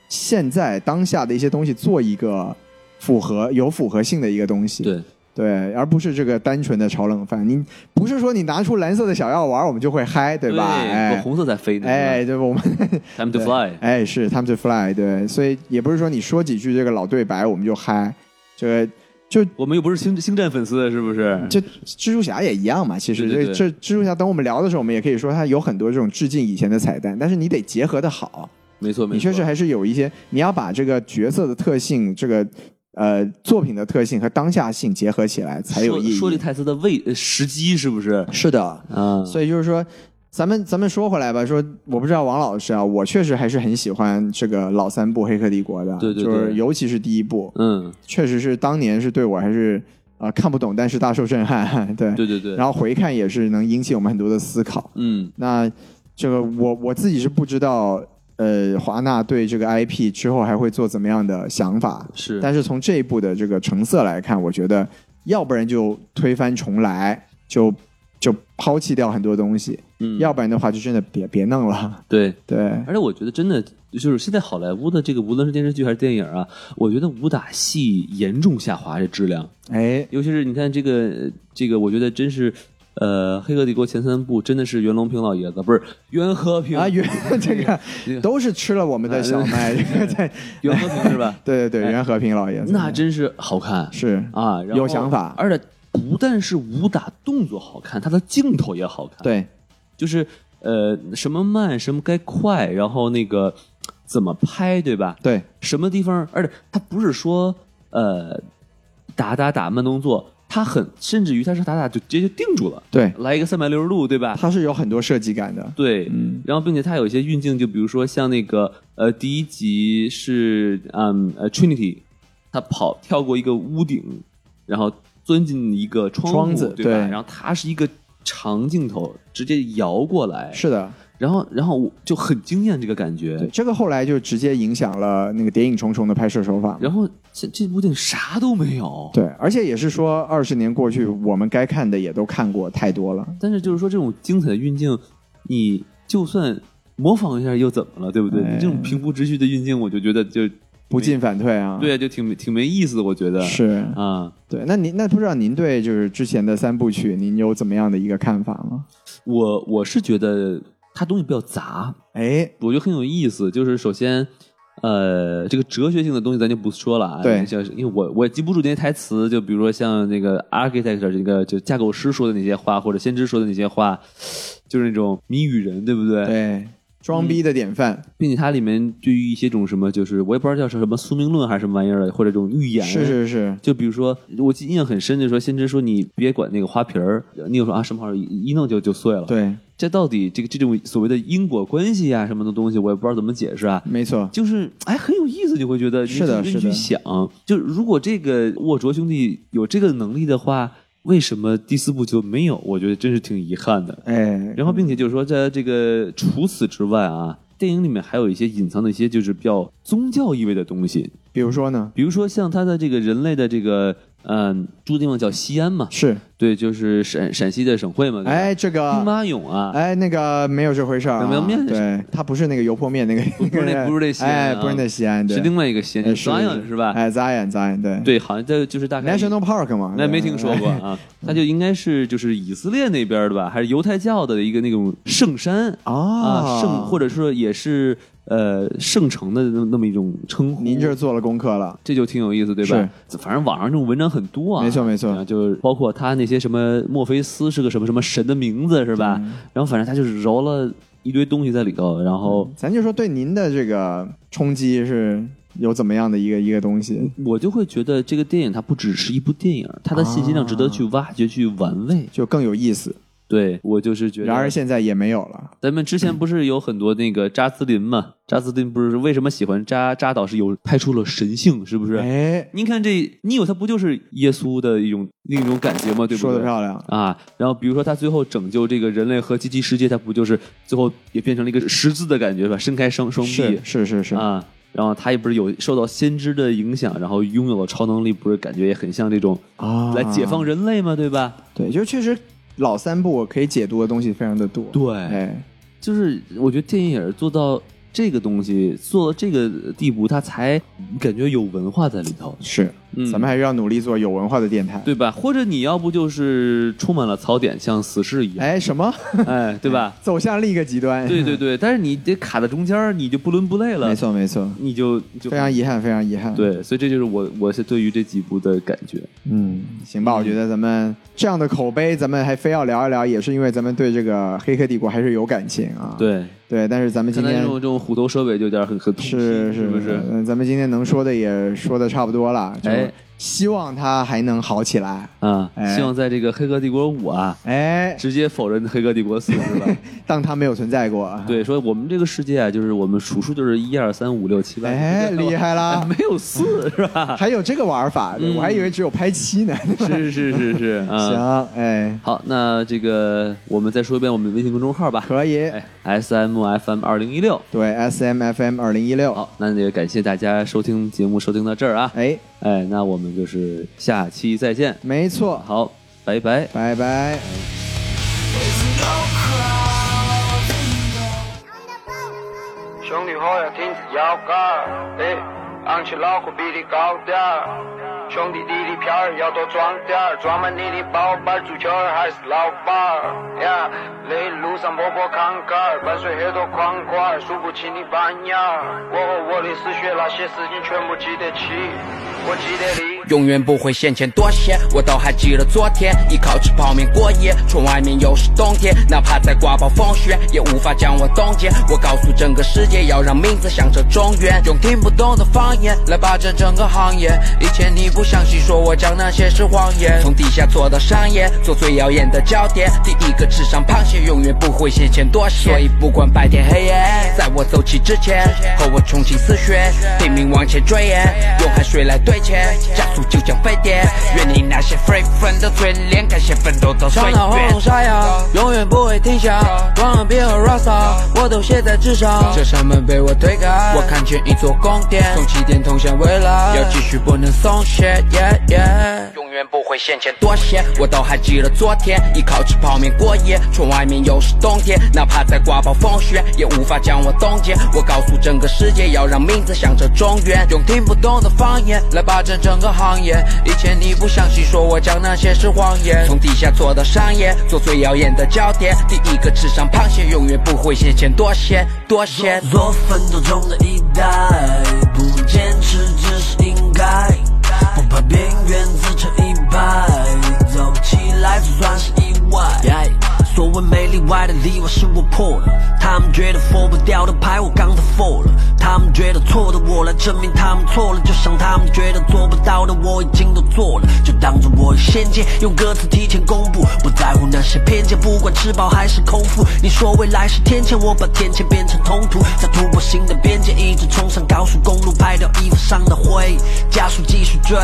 S3: 现在当下的一些东西做一个符合有符合性的一个东西，
S2: 对
S3: 对而不是这个单纯的炒冷饭。您不是说你拿出蓝色的小药丸，我们就会嗨，对吧？
S2: 我
S3: 哎
S2: 红色在飞呢。
S3: 哎，对吧，我们
S2: t i m e to
S3: 对
S2: fly。
S3: 哎，是 time to fly，对，所以也不是说你说几句这个老对白我们就嗨，这个就
S2: 我们又不是星星战粉丝，是不是？
S3: 这蜘蛛侠也一样嘛，其实
S2: 对
S3: 这
S2: 对
S3: 这蜘蛛侠，等我们聊的时候，我们也可以说它有很多这种致敬以前的彩蛋，但是你得结合的好，
S2: 没错，没错。
S3: 你确实还是有一些，你要把这个角色的特性，这个呃作品的特性和当下性结合起来才有
S2: 说
S3: 意义。
S2: 说这台词的位呃时机是不是？
S3: 是的，
S2: 啊，
S3: 所以就是说，咱们咱们说回来吧，说我不知道王老师啊，我确实还是很喜欢这个老三部《黑客帝国》的，
S2: 对对对
S3: 就是尤其是第一部，
S2: 嗯，
S3: 确实是当年是对我还是啊、呃看不懂，但是大受震撼， 对。
S2: 嗯对对对。
S3: 然后回看也是能引起我们很多的思考。
S2: 嗯，
S3: 那这个我我自己是不知道，呃，华纳对这个 IP 之后还会做怎么样的想法，
S2: 是，
S3: 但是从这一部的这个成色来看，我觉得要不然就推翻重来，就就抛弃掉很多东西，
S2: 嗯，
S3: 要不然的话就真的别别弄了。
S2: 对。
S3: 对，
S2: 而且我觉得真的就是现在好莱坞的这个，无论是电视剧还是电影啊，我觉得武打戏严重下滑，这质量。
S3: 哎，
S2: 尤其是你看这个呃这个，我觉得真是，呃，《黑客帝国》前三部真的是袁隆平老爷子，不是袁和平
S3: 啊，袁这个
S2: 这个
S3: 都是吃了我们的小麦，这个在？
S2: 袁和平是吧
S3: 对对对，
S2: 哎
S3: 袁和平老爷子，
S2: 那真是好看
S3: 是
S2: 啊，然后
S3: 有想法
S2: 而且不但是武打动作好看，它的镜头也好看，，
S3: 对
S2: 就是呃，什么慢，什么该快，然后那个怎么拍，对吧？
S3: 对
S2: 什么地方，而且它不是说呃打打打慢动作，它很甚至于它是打打就直接就定住了，
S3: 对，
S2: 来一个三百六十度，对吧？
S3: 它是有很多设计感的，
S2: 对，
S3: 嗯
S2: 然后并且它有一些运镜，就比如说像那个呃第一集是嗯呃 Trinity，他跑跳过一个屋顶，然后钻进一个窗户
S3: 窗子
S2: 对吧？
S3: 对
S2: 然后它是一个长镜头，直接摇过来，
S3: 是的。
S2: 然后然后我就很惊艳这个感觉
S3: 对，。这个后来就直接影响了那个《谍影重重》的拍摄手法。
S2: 然后这这部电影啥都没有，
S3: 对，而且也是说，二十年过去，我们该看的也都看过太多了。
S2: 但是就是说这种精彩的运镜，你就算模仿一下又怎么了，对不对？你
S3: 哎
S2: 这种平铺直叙的运镜，我就觉得就
S3: 不进反退啊！，
S2: 对啊，就挺挺没意思的，我觉得
S3: 是
S2: 啊。
S3: 对。那您那不知道您对就是之前的三部曲，您有怎么样的一个看法吗？
S2: 我我是觉得它东西比较杂，
S3: 哎，
S2: 我觉得很有意思。就是首先，呃，这个哲学性的东西咱就不说了啊。
S3: 对
S2: 像是因为我我也记不住那些台词，就比如说像那个 architect 这个就架构师说的那些话，或者先知说的那些话，就是那种谜语人，对不对？
S3: 对，装逼的典范，
S2: 并且它里面对于一些种什么，就是我也不知道叫什么宿命论还是什么玩意儿的，或者这种预言，
S3: 嗯是是是，
S2: 就比如说，我记印象很深，就说先知说你别管那个花瓶儿，你有说啊什么好一一弄就就碎了。
S3: 对，
S2: 这到底这个这种所谓的因果关系啊什么的东西，我也不知道怎么解释啊。
S3: 没错，
S2: 就是哎，很有意思，你会觉得你
S3: 是的
S2: 你
S3: 是的
S2: 去想，就如果这个沃卓兄弟有这个能力的话，为什么第四部就没有？我觉得真是挺遗憾的。
S3: 哎，
S2: 然后，并且就是说，在这个除此之外啊，电影里面还有一些隐藏的一些就是比较宗教意味的东西，
S3: 比如说呢，
S2: 比如说像他的这个人类的这个嗯住的地方叫西安嘛，
S3: 是，
S2: 对，就是陕陕西的省会嘛，对吧，
S3: 哎，这
S2: 兵
S3: 个。
S2: 马俑啊，
S3: 哎，那个没有这回事儿、啊，
S2: 没有没有
S3: 对，它不是那个油泼面那个，
S2: 不不是那
S3: 个
S2: 不是那西安
S3: 哎，
S2: 啊
S3: 不是那西安，对
S2: 是另外一个先
S3: 哎
S2: 抓样是吧？
S3: 哎，Zion Zion，对，
S2: 对，好像在就是大概
S3: National 哎 Park 嘛，
S2: 那没听说过啊，他就应该是就是以色列那边的吧，还是犹太教的一个那种圣山
S3: 啊
S2: 啊，圣或者说也是呃圣城的那那么一种称呼。
S3: 您这儿做了功课了，
S2: 这就挺有意思，对吧？反正网上这种文章很多啊，
S3: 没错没错
S2: 然后就是包括他那些什么墨菲斯是个什么什么神的名字是吧？
S3: 嗯
S2: 然后反正他就是揉了一堆东西在里头，然后
S3: 咱就说对您的这个冲击是有怎么样的一个一个东西，
S2: 我就会觉得这个电影它不只是一部电影，它的信息量值得去
S3: 啊
S2: 挖掘、去玩味。
S3: 就更有意思。
S2: 对我就是觉得，
S3: 然而现在也没有了，
S2: 咱们之前不是有很多那个扎兹林嘛？扎兹林不是为什么喜欢扎扎导是有拍出了神性，是不是？
S3: 哎，
S2: 您看这尼有他不就是耶稣的一种另一种感觉吗？对不
S3: 说的
S2: 对？
S3: 漂亮，
S2: 啊，然后比如说他最后拯救这个人类和机器世界，他不就是最后也变成了一个十字的感觉是吧？伸开双双臂
S3: 是是是是，
S2: 啊，然后他也不是有受到先知的影响，然后拥有了超能力，不是感觉也很像这种
S3: 啊
S2: 来解放人类嘛，对吧？
S3: 对，就确实老三部我可以解读的东西非常的多。
S2: 对
S3: 哎，
S2: 就是我觉得电影做到这个东西，做到这个地步，它才感觉有文化在里头，
S3: 是，
S2: 嗯
S3: 咱们还是要努力做有文化的电台。
S2: 对吧？或者你要不就是充满了槽点，像死侍一样，
S3: 哎，什么
S2: 哎，对吧？
S3: 走向另一个极端？
S2: 对对对，但是你得卡在中间儿，你就不伦不类了
S3: 哎 没，错没错，
S2: 你就你就
S3: 非常遗憾，非常遗憾。，
S2: 对，所以这就是我我是对于这几部的感觉。
S3: 嗯，行吧，我觉得咱们这样的口碑，咱们还非要聊一聊，也是因为咱们对这个《黑客帝国》还是有感情啊。
S2: 对，
S3: 对，但是咱们今
S2: 刚才
S3: 天
S2: 啊这种这种虎头蛇尾就有点很很痛心
S3: 是
S2: 是
S3: 是
S2: 不是？
S3: 嗯，咱们今天能说的也说的差不多了，就
S2: 哎
S3: 希望它还能好起来。
S2: 啊，
S3: 哎
S2: 希望在这个《黑客帝国五》啊，
S3: 哎，
S2: 直接否认《黑客帝国四》是 吧？
S3: 当它没有存在过。
S2: 对，说我们这个世界啊，就是我们数数就是一二三五六七八，
S3: 哎，厉 害啦！
S2: 没有四是 吧？
S3: 还有这个玩法，对
S2: 嗯
S3: 我还以为只有拍七呢。
S2: 是是是是， 啊。
S3: 行，哎，
S2: 好，那这个我们再说一遍我们的微信公众号吧，
S3: 可以。
S2: 哎，S M F M 二零一六。
S3: 对，S M F M 二零一六。
S2: 好，那也感谢大家收听节目，收听到这儿啊，
S3: 哎，
S2: 哎，那我们就是下期再见，
S3: 没错，
S2: 好，拜拜。
S3: 拜拜。
S4: 兄弟伙要挺直腰杆儿，哎，昂起脑壳比你高点儿。兄弟弟的票儿要多装点儿，装满你的包包，足球儿还是老板儿呀。累路上摸摸坎坎儿，伴随很多框框儿，数不清的板眼儿。我和我的死穴那些事情全部记得起，我记得你。
S5: 永远不会嫌钱多些。我都还记得昨天，依靠吃泡面过夜，窗外面又是冬天，哪怕再刮暴风雪，也无法将我冻结。我告诉整个世界，要让名字响彻中原，用听不懂的方言来霸占整个行业。以前你不相信，说我讲那些是谎言，从地下做到商业，做最耀眼的焦点。第一个吃上螃蟹，永远不会嫌钱多些。所以不管白天黑夜，在我走起之前，和我重新思旋，拼命往前追耶，用汗水来堆钱，加速就像飞碟。愿你那些 free 粉的嘴脸，感谢奋斗的岁
S6: 上
S5: 月。
S6: 到黄龙沙哑，永远不会停下。忘了别和 Rasta，我都写在纸上。
S5: 这扇门被我推开，我看见一座宫殿，从起点通向未来，要继续不能松懈。
S6: Yeah yeah。
S5: 永远不会嫌钱多些，我都还记得昨天，依靠吃泡面过夜，窗外面又是冬天，哪怕再刮暴风雪，也无法将我冻结。我告诉整个世界，要让名字响彻中原，用听不懂的方言来霸占整个行业。以前你不相信，说我讲那些是谎言，从地下做到商业，做最耀眼的焦点。第一个吃上螃蟹，永远不会嫌钱多些，多些。
S6: 做奋斗中的一代，不坚持只是应该，不怕边缘自成一派，走起来就算是意外。所谓没例外的例外是我破了，他们觉得 f 不掉的牌我刚他 f 了，他们觉得错的我来证明他们错了，就像他们觉得做不到的我已经都做了，就当做我有先见，用歌词提前公布，不在乎那些偏见，不管吃饱还是空腹，你说未来是天堑，我把天堑变成通途，再突破新的边界，一直冲上高速公路，拍掉衣服上的灰，加速继续追。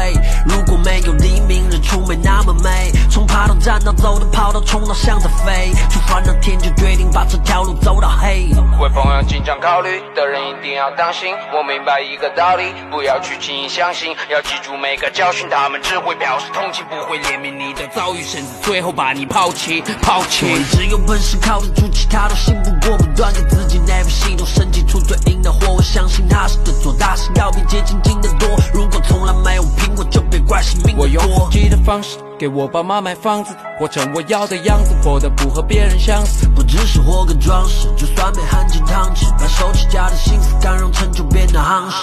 S6: 如果没有黎明，日出没那么美。从爬到站到走到跑到冲到向着飞，出发那天就决定把这条路走到黑。
S4: 为朋友经常考虑的人一定要当心。我明白一个道理，不要去轻易相信，要记住每个教训。他们只会表示同情，不会怜悯你的
S5: 遭遇，甚至最后把你抛弃，抛
S6: 所以
S5: 弃。
S6: 只有本事靠得住，其他都信不过。不断给自己内部系统升级出最硬的货。我相信踏实的做大事，要比捷径进得多。如果从来没有拼过，就别怪是命
S5: 我
S6: 的
S5: 用
S6: 多
S5: 自。己的方式给我爸妈买房子，活成我要的样子，活得不和别人相似。
S6: 不只是活个装饰，就算被含进汤匙，把手起家的心思干让成就变得夯实。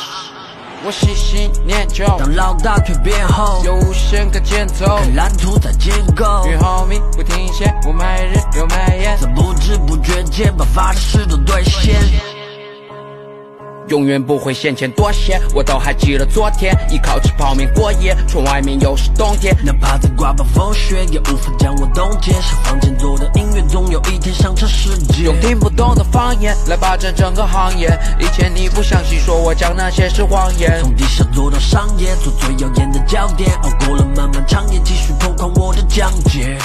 S5: 我喜新厌旧，
S6: 当老大蜕变后，
S5: 有无限个箭头。
S6: 看蓝图在建构，
S5: 与 homie 不停歇，我卖日又卖烟。
S6: 在不知不觉间把发的誓都兑现。
S5: 永远不会嫌钱多些，我都还记得昨天，依靠吃泡面过夜，窗外面又是冬天。
S6: 哪怕再刮暴风雪，也无法将我冻结。是房间做的音乐，总有一天响彻世界。
S5: 用听不懂的方言来霸占整个行业，以前你不相信，说我讲那些是谎言。
S6: 从地下做到商业，做最耀眼的焦点。熬过了漫漫长夜，继续拓宽我的疆界。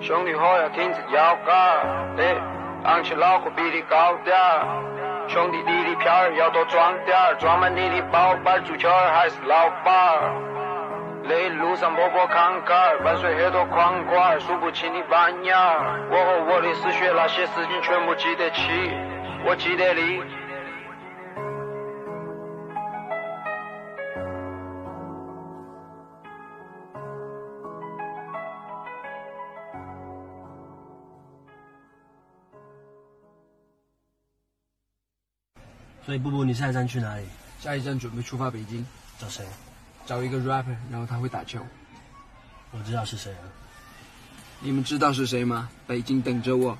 S4: 兄弟伙要挺直腰杆儿，哎，昂起脑壳比你高点儿。兄弟，你的票儿要多装点儿，装满你的包包，足球儿还是老板儿。累，路上波波坎坎，伴随很多狂欢，数不清的烦恼。我和我的死穴那些事情全部记得起，我记得你。
S6: 所以布布，你下一站去哪里？
S5: 下一站准备出发北京，
S6: 找谁？
S5: 找一个 rapper，然后他会打球。
S6: 我知道是谁了。
S5: 你们知道是谁吗？北京等着我。